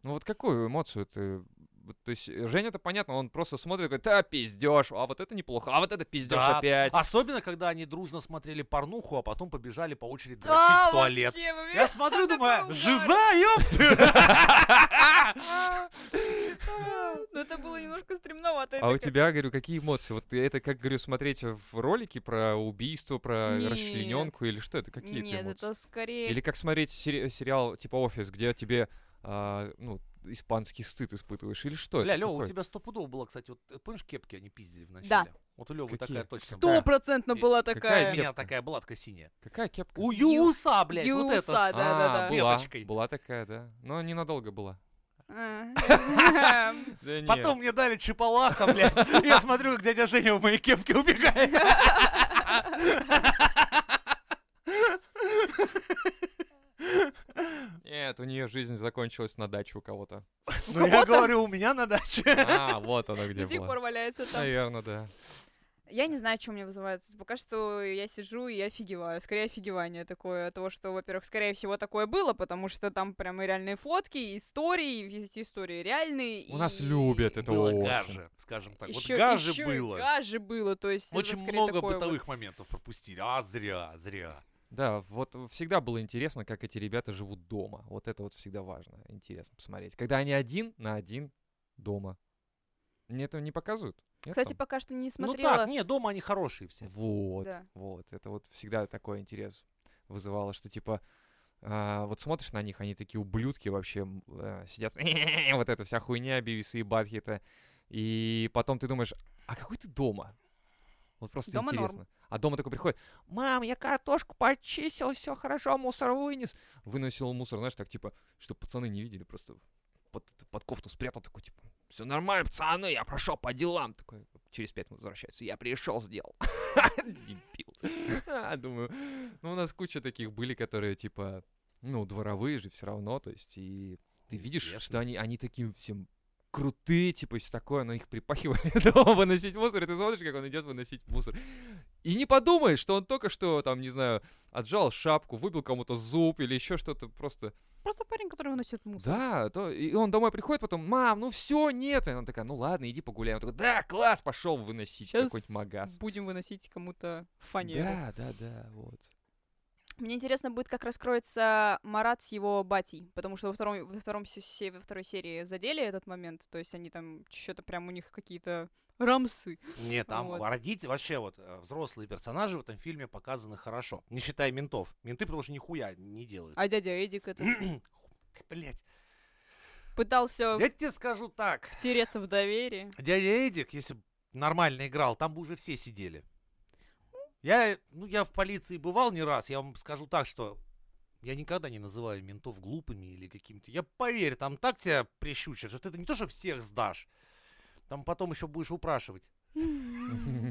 Speaker 3: Ну вот какую эмоцию ты... вот, То есть Женя-то понятно, он просто смотрит и говорит, да, пиздешь, а вот это неплохо, а вот это пиздешь
Speaker 2: Да, А
Speaker 3: опять.
Speaker 2: Особенно, когда они дружно смотрели порнуху, а потом побежали по очереди дрочить
Speaker 1: А,
Speaker 2: в туалет.
Speaker 1: вообще, вы меня-
Speaker 2: Я смотрю, думаю,
Speaker 1: Такой
Speaker 2: жиза, ёпты!
Speaker 1: А, а, Ну, это было немножко стремновато. я
Speaker 3: А у
Speaker 1: такая,
Speaker 3: тебя, говорю, какие эмоции? Вот это как, говорю, смотреть в ролики про убийство, про
Speaker 1: Нет.
Speaker 3: расчлененку или что это? Какие это
Speaker 1: Нет,
Speaker 3: эмоции?
Speaker 1: это скорее...
Speaker 3: Или как смотреть сери- сериал типа «Офис», где тебе, а, ну, испанский стыд испытываешь, или что
Speaker 2: Бля,
Speaker 3: это
Speaker 2: Лёва, у
Speaker 3: такое?
Speaker 2: тебя стопудово было, кстати, вот э, помнишь, кепки они пиздили вначале? Вот у Лёвы
Speaker 3: Какие?
Speaker 2: такая точно была.
Speaker 1: Стопроцентно
Speaker 2: И-
Speaker 1: была
Speaker 3: какая
Speaker 2: У
Speaker 1: такая.
Speaker 2: меня
Speaker 3: кепка?
Speaker 2: такая была, только синяя.
Speaker 3: Какая кепка?
Speaker 2: У
Speaker 1: Ю-
Speaker 2: Юса, блядь, вот это
Speaker 1: Юса,
Speaker 2: с-
Speaker 1: да-да-да.
Speaker 3: А,
Speaker 2: с
Speaker 3: была,
Speaker 2: веточкой.
Speaker 3: была такая, да. Но ненадолго была.
Speaker 1: А.
Speaker 3: Да нет.
Speaker 2: Потом мне дали чипалаха, блядь. Я смотрю, как дядя Женя в моей кепке убегает.
Speaker 3: Нет, у нее жизнь закончилась на даче у кого-то.
Speaker 2: Ну, я говорю, у меня на даче.
Speaker 3: А, вот она где
Speaker 1: До сих
Speaker 3: была.
Speaker 1: пор валяется там.
Speaker 3: Наверное, да.
Speaker 1: Я не знаю, что у меня вызывает. Пока что я сижу и офигеваю. Скорее офигевание такое от того, что, во-первых, скорее всего, такое было, потому что там прям и реальные фотки, и истории, и эти истории реальные.
Speaker 3: У нас
Speaker 1: и-
Speaker 3: любят это
Speaker 2: Было
Speaker 3: очень.
Speaker 2: гаже, скажем так. Вот
Speaker 1: Ещё-
Speaker 2: гаже
Speaker 1: ещё и
Speaker 2: было.
Speaker 1: Гаже было, то есть... это
Speaker 2: Очень
Speaker 1: скорее
Speaker 2: много
Speaker 1: такое вот.
Speaker 2: бытовых моментов пропустили. А зря, зря.
Speaker 3: Да, вот всегда было интересно, как эти ребята живут дома. Вот это вот всегда важно, интересно посмотреть. Когда они один на один дома. Мне этого не показывают. Нет
Speaker 1: Кстати,
Speaker 3: там?
Speaker 1: пока что не
Speaker 2: Ну
Speaker 1: смотрела...
Speaker 2: так, не, дома они хорошие все.
Speaker 3: Вот,
Speaker 1: Да.
Speaker 3: вот. Это вот всегда такой интерес вызывало, что типа а, вот смотришь на них, они такие ублюдки вообще м, а, сидят. вот эта вся хуйня Бивиса и Батхита. И потом ты думаешь, а какой ты дома? Вот просто
Speaker 1: Дома норм.
Speaker 3: интересно. А дома такой приходит, мам, я картошку почистил, все хорошо, мусор вынес. Выносил мусор, знаешь, так типа, чтобы пацаны не видели, просто под, под кофту спрятал, такой типа, все нормально, пацаны, я прошел по делам. Такой, через пять минут возвращается, я пришел, сделал. Дебил. А, Думаю, ну у нас куча таких были, которые типа, ну дворовые же все равно, то есть и ты видишь, что
Speaker 2: Естественно.
Speaker 3: они, они таким всем крутые, типа, и все такое, но их припахивали дома выносить мусор, и ты смотришь, как он идет выносить мусор. И не подумаешь, что он только что, там, не знаю, отжал шапку, выбил кому-то зуб или еще что-то просто
Speaker 1: Просто парень, который выносит
Speaker 5: Ну,
Speaker 1: мусор.
Speaker 3: да, то, и он домой приходит, потом, мам, ну все, нет. И она такая, ну ладно, иди погуляй. Он такой, да, класс, пошел выносить
Speaker 1: Щас
Speaker 3: какой-нибудь магаз.
Speaker 1: Будем выносить кому-то фанеру.
Speaker 3: Да, да, да, вот.
Speaker 1: Мне интересно будет, как раскроется Марат с его батей, потому что во, втором, во, втором, се- се- во второй серии задели этот момент, то есть они там что-то прям у них какие-то рамсы.
Speaker 2: Нет, там
Speaker 1: Вот.
Speaker 2: родители, вообще вот э, взрослые персонажи в этом фильме показаны хорошо. Не считая ментов. Менты, потому что нихуя не делают.
Speaker 1: А дядя Эдик этот
Speaker 2: Блять.
Speaker 1: пытался
Speaker 2: Я тебе скажу так.
Speaker 1: втереться в доверие.
Speaker 2: Дядя Эдик, если б нормально играл, там бы уже все сидели. Я, ну, я в полиции бывал не раз, я вам скажу так, что я никогда не называю ментов глупыми или какими-то. Я поверь, там так тебя прищучат, что ты это не то, что всех сдашь. Там потом еще будешь упрашивать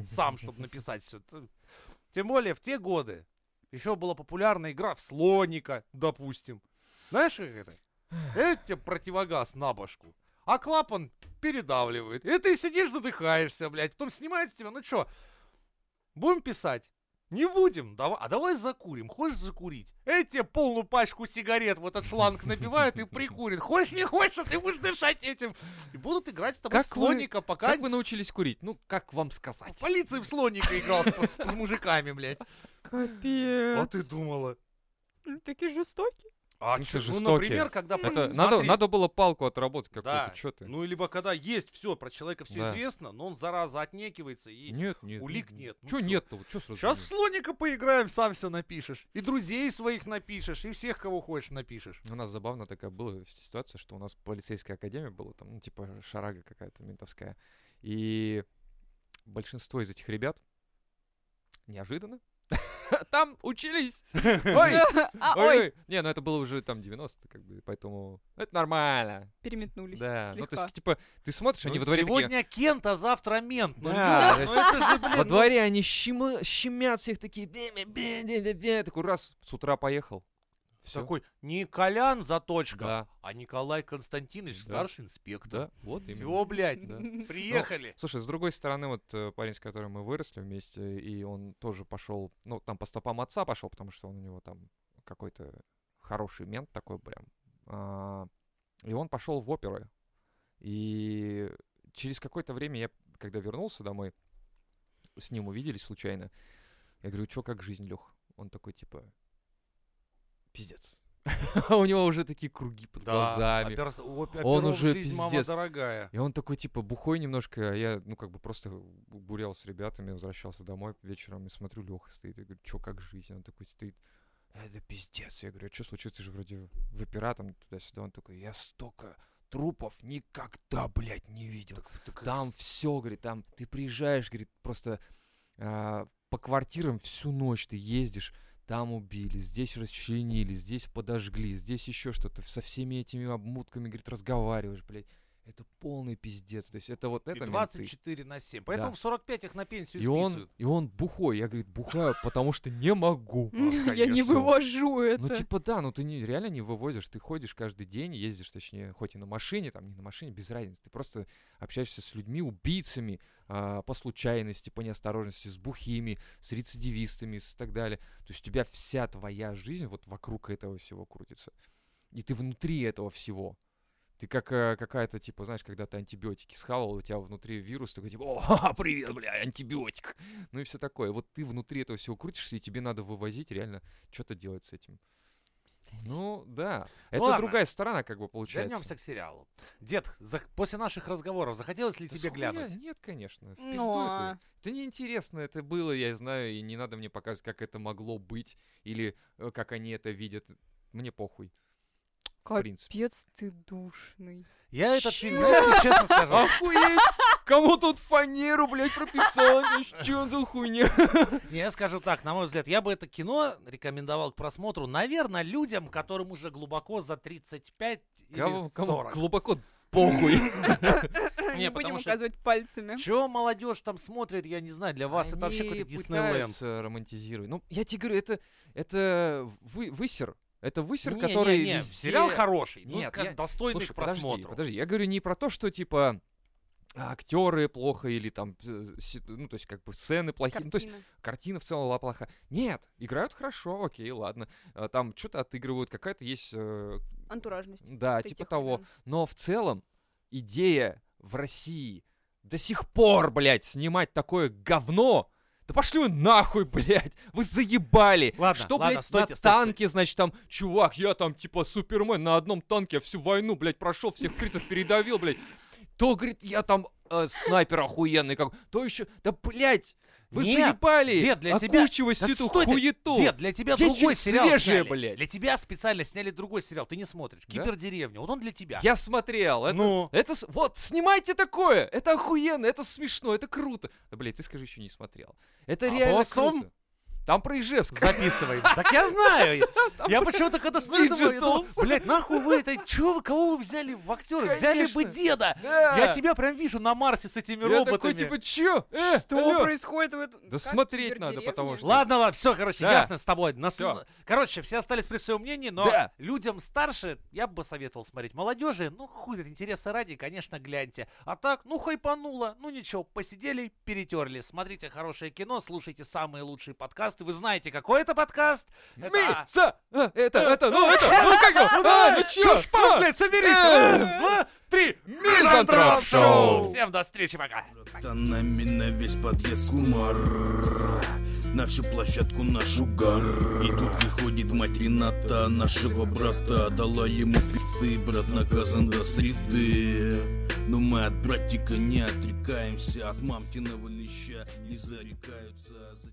Speaker 2: сам, чтобы написать все. Тем более в те годы еще была популярна игра в слоника, допустим. Знаешь, как это? Это тебе противогаз на башку. А клапан передавливает. И ты сидишь, задыхаешься, блядь. Потом снимает с тебя. Ну что, будем писать? Не будем. Давай, а давай закурим. Хочешь закурить? Эти тебе полную пачку сигарет в этот шланг набивают и прикурит. Хочешь, не хочешь, а ты будешь дышать этим. И будут играть с тобой
Speaker 3: Как
Speaker 2: в
Speaker 3: вы-
Speaker 2: слоника, пока
Speaker 3: Как вы научились курить? Ну, как вам сказать?
Speaker 2: в полиции в слоника играл с, с мужиками, блядь. А
Speaker 1: Капец.
Speaker 2: ты думала?
Speaker 1: Такие жестокие.
Speaker 3: В
Speaker 5: А
Speaker 3: смысле
Speaker 5: чё-
Speaker 3: жестокие?
Speaker 5: Ну, например, когда...
Speaker 3: Это
Speaker 5: Смотри,
Speaker 3: надо, надо было палку отработать какую-то,
Speaker 5: Да,
Speaker 3: что ты?
Speaker 5: ну, либо когда есть все, про человека все
Speaker 3: Да.
Speaker 5: известно, но он, зараза, отнекивается и...
Speaker 3: нет, нет.
Speaker 5: улик нет, ну
Speaker 3: Че
Speaker 5: чё?
Speaker 3: нет-то? Вот чё сразу?
Speaker 5: Сейчас в
Speaker 3: нет?
Speaker 5: слоника поиграем, сам все напишешь. И друзей своих напишешь, и всех, кого хочешь, напишешь.
Speaker 3: У нас забавно такая была ситуация, что у нас полицейская академия была, там, ну, типа шарага какая-то ментовская. И большинство из этих ребят неожиданно там учились. Ой,
Speaker 1: А,
Speaker 3: ой,
Speaker 1: ой,
Speaker 3: ой. Не, ну это было уже там 90 как бы, поэтому это нормально.
Speaker 1: переметнулись.
Speaker 3: Да, ну то
Speaker 1: слегка.
Speaker 3: есть, типа, ты смотришь, они во
Speaker 2: Ну,
Speaker 3: дворе такие,
Speaker 2: Сегодня Кент, а завтра мент. Ну,
Speaker 3: Да,
Speaker 2: ёп,
Speaker 3: то есть
Speaker 2: ну это же, блин,
Speaker 3: Во
Speaker 2: ну,
Speaker 3: дворе они щема- щемят всех такие, бе- бе- бе- бе- бе- бе. такой раз, с утра поехал. Все.
Speaker 2: Такой не Колян заточка,
Speaker 3: Да.
Speaker 2: а Николай Константинович,
Speaker 3: Да.
Speaker 2: старший инспектор.
Speaker 3: Да, вот
Speaker 2: Все,
Speaker 3: именно.
Speaker 2: блядь,
Speaker 3: Да.
Speaker 2: приехали.
Speaker 3: Слушай, с другой стороны, вот э, парень, с которым мы выросли вместе, и он тоже пошел, ну, там по стопам отца пошел, потому что он у него там какой-то хороший мент такой прям. А, И он пошел в оперы. И через какое-то время я, когда вернулся домой, с ним увиделись случайно. Я говорю, что как жизнь, Лех? Он такой, типа, пиздец. У него уже такие круги под глазами.
Speaker 5: опер- у опе-
Speaker 3: Он
Speaker 5: оперов
Speaker 3: уже
Speaker 5: жизнь, мама
Speaker 3: пиздец.
Speaker 5: дорогая.
Speaker 3: И он такой, типа, бухой немножко, а я, ну, как бы просто гурял с ребятами, возвращался домой вечером и смотрю, Леха стоит. Я говорю, что, как жизнь? Он такой стоит, это пиздец. Я говорю, что случилось? Ты же вроде в опера там туда-сюда. Он такой, я столько трупов никогда, блядь, не видел. Там все, говорит, там ты приезжаешь, говорит, просто а, по квартирам всю ночь ты ездишь, там убили, здесь расчленили, здесь подожгли, здесь еще что-то, со всеми этими обмутками, говорит, разговариваешь, блядь. Это полный пиздец. То есть это вот
Speaker 5: И
Speaker 3: это менты.
Speaker 5: 24 на 7. Поэтому
Speaker 3: Да.
Speaker 5: в 45 их на пенсию
Speaker 3: И он,
Speaker 5: списывают.
Speaker 3: и он бухой. Я, говорит, бухаю, потому что не могу.
Speaker 1: М, Я не
Speaker 5: конечно.
Speaker 1: вывожу это.
Speaker 3: Ну, типа, да, ну ты не, реально не вывозишь. Ты ходишь каждый день, ездишь, точнее, хоть и на машине, там, не на машине, без разницы. Ты просто общаешься с людьми, убийцами, а, по случайности, по неосторожности, с бухими, с рецидивистами, с так далее. То есть у тебя вся твоя жизнь вот вокруг этого всего крутится. И ты внутри этого всего. Ты как э, какая-то, типа, знаешь, когда ты антибиотики схавал, у тебя внутри вирус, такой, типа, о, ха-ха, привет, бля, антибиотик. Ну и все такое. Вот ты внутри этого всего крутишься, и тебе надо вывозить реально что-то делать с этим. Ну, да. Это
Speaker 2: ладно.
Speaker 3: другая сторона, как бы, получается.
Speaker 2: Вернемся к сериалу. Дед, зах- после наших разговоров захотелось ли
Speaker 3: Да
Speaker 2: тебе
Speaker 3: с хуя?
Speaker 2: глянуть?
Speaker 3: Нет, конечно. В
Speaker 1: Ну,
Speaker 3: пизду это.
Speaker 1: а.
Speaker 3: Да неинтересно это было, я знаю, и не надо мне показывать, как это могло быть, или э, как они это видят. Мне похуй, в принципе.
Speaker 1: Капец ты душный.
Speaker 2: Я этот фильм, знаешь, тебе честно скажу,
Speaker 3: Охуеть! Кому тут фанеру, блядь, прописали? Что он за хуйня?
Speaker 2: не, я скажу так, на мой взгляд, я бы это кино рекомендовал к просмотру, наверное, людям, которым уже глубоко за 35 или
Speaker 3: Кому, кому
Speaker 2: 40.
Speaker 3: глубоко похуй.
Speaker 1: Не будем
Speaker 2: потому что-
Speaker 1: указывать пальцами.
Speaker 2: Чё молодежь там смотрит, я не знаю, для вас это вообще
Speaker 3: Они
Speaker 2: какой-то Диснейленд.
Speaker 3: пытаются романтизировать. Ну, я тебе говорю, это, это вы, высер. Это высер,
Speaker 2: Не, не,
Speaker 3: который
Speaker 2: не,
Speaker 3: везде-
Speaker 2: сериал хороший, ну,
Speaker 3: Нет,
Speaker 2: скажем,
Speaker 3: я-
Speaker 2: достойный
Speaker 3: Слушай,
Speaker 2: к
Speaker 3: подожди,
Speaker 2: просмотру.
Speaker 3: подожди, я говорю не про то, что типа актеры плохо или там, э, си- ну, то есть как бы сцены плохие, ну, то есть
Speaker 1: Картина.
Speaker 3: картина в целом была плоха. Нет, играют хорошо, окей, ладно. А, Там что-то отыгрывают, какая-то есть, э,
Speaker 1: Антуражность.
Speaker 3: да,
Speaker 1: вот
Speaker 3: типа
Speaker 1: этих
Speaker 3: того.
Speaker 1: хрен.
Speaker 3: Но в целом идея в России до сих пор, блядь, снимать такое говно, да пошли вы нахуй, блядь, вы заебали.
Speaker 2: Ладно,
Speaker 3: что,
Speaker 2: ладно,
Speaker 3: блядь,
Speaker 2: стойте,
Speaker 3: на
Speaker 2: стойте,
Speaker 3: танке, значит, там, чувак, я там, типа, супермен, на одном танке я всю войну, блядь, прошел, всех крицев передавил, блядь. То, говорит, я там э, снайпер охуенный, как, то еще, да, блядь, вы
Speaker 2: Нет,
Speaker 3: заебали
Speaker 2: дед, для тебя-
Speaker 3: окучивать
Speaker 2: Да
Speaker 3: всю эту
Speaker 2: стой ты,
Speaker 3: хуету.
Speaker 2: Дед, для тебя
Speaker 3: Здесь
Speaker 2: другой
Speaker 3: что-нибудь
Speaker 2: сериал
Speaker 3: свежее,
Speaker 2: сняли.
Speaker 3: блядь.
Speaker 2: Для тебя специально сняли другой сериал, ты не смотришь.
Speaker 3: Да?
Speaker 2: Кибердеревня, вот он для тебя.
Speaker 3: Я смотрел, это
Speaker 2: Ну,
Speaker 3: Это с- вот снимайте такое, это охуенно, это смешно, это круто. Да, блядь, ты скажи, еще не смотрел. Это
Speaker 2: А
Speaker 3: реально
Speaker 2: Волосом?
Speaker 3: круто. Там про Ижевск.
Speaker 2: записывай. Так я знаю. Я почему-то когда смотрю, думаю, я думаю,
Speaker 3: Digitals.
Speaker 2: блядь, нахуй вы это, чё вы, кого вы взяли в актеры? Взяли бы
Speaker 3: Конечно.
Speaker 2: деда.
Speaker 3: Да.
Speaker 2: Я тебя прям вижу на Марсе с этими
Speaker 3: Я такой,
Speaker 2: роботами.
Speaker 3: типа, чё? Э,
Speaker 1: Что
Speaker 3: алло.
Speaker 1: происходит в этом?
Speaker 3: Да
Speaker 1: как
Speaker 3: смотреть надо,
Speaker 1: кибердеревня?
Speaker 3: потому что-
Speaker 2: Ладно, ладно, все, короче,
Speaker 3: Да.
Speaker 2: ясно с тобой. Нас-
Speaker 3: Всё.
Speaker 2: Короче, все остались при своем мнении, но
Speaker 3: Да.
Speaker 2: людям старше я бы советовал смотреть. Молодежи, ну, хуй знает, интереса ради, конечно, гляньте. А так, ну, хайпануло, ну, ничего, посидели, перетерли. Смотрите хорошее кино, слушайте самые лучшие подкасты. подкаст, и вы знаете, какой это подкаст. Это- а, Э,
Speaker 3: Миса! А, Это, это, ну это, ну как его? А, ну чё?
Speaker 5: Шпан,
Speaker 3: А,
Speaker 5: блядь, соберись!
Speaker 3: э.
Speaker 5: Раз, два, три!
Speaker 3: Мизантроп Шоу!
Speaker 2: Всем до встречи, пока!
Speaker 4: Братанами на весь подъезд кумар На всю площадку наш угар И тут выходит мать Рената, нашего брата Дала ему пи***ты, брат наказан до среды Но мы от братика не отрекаемся От мамкиного леща не зарекаются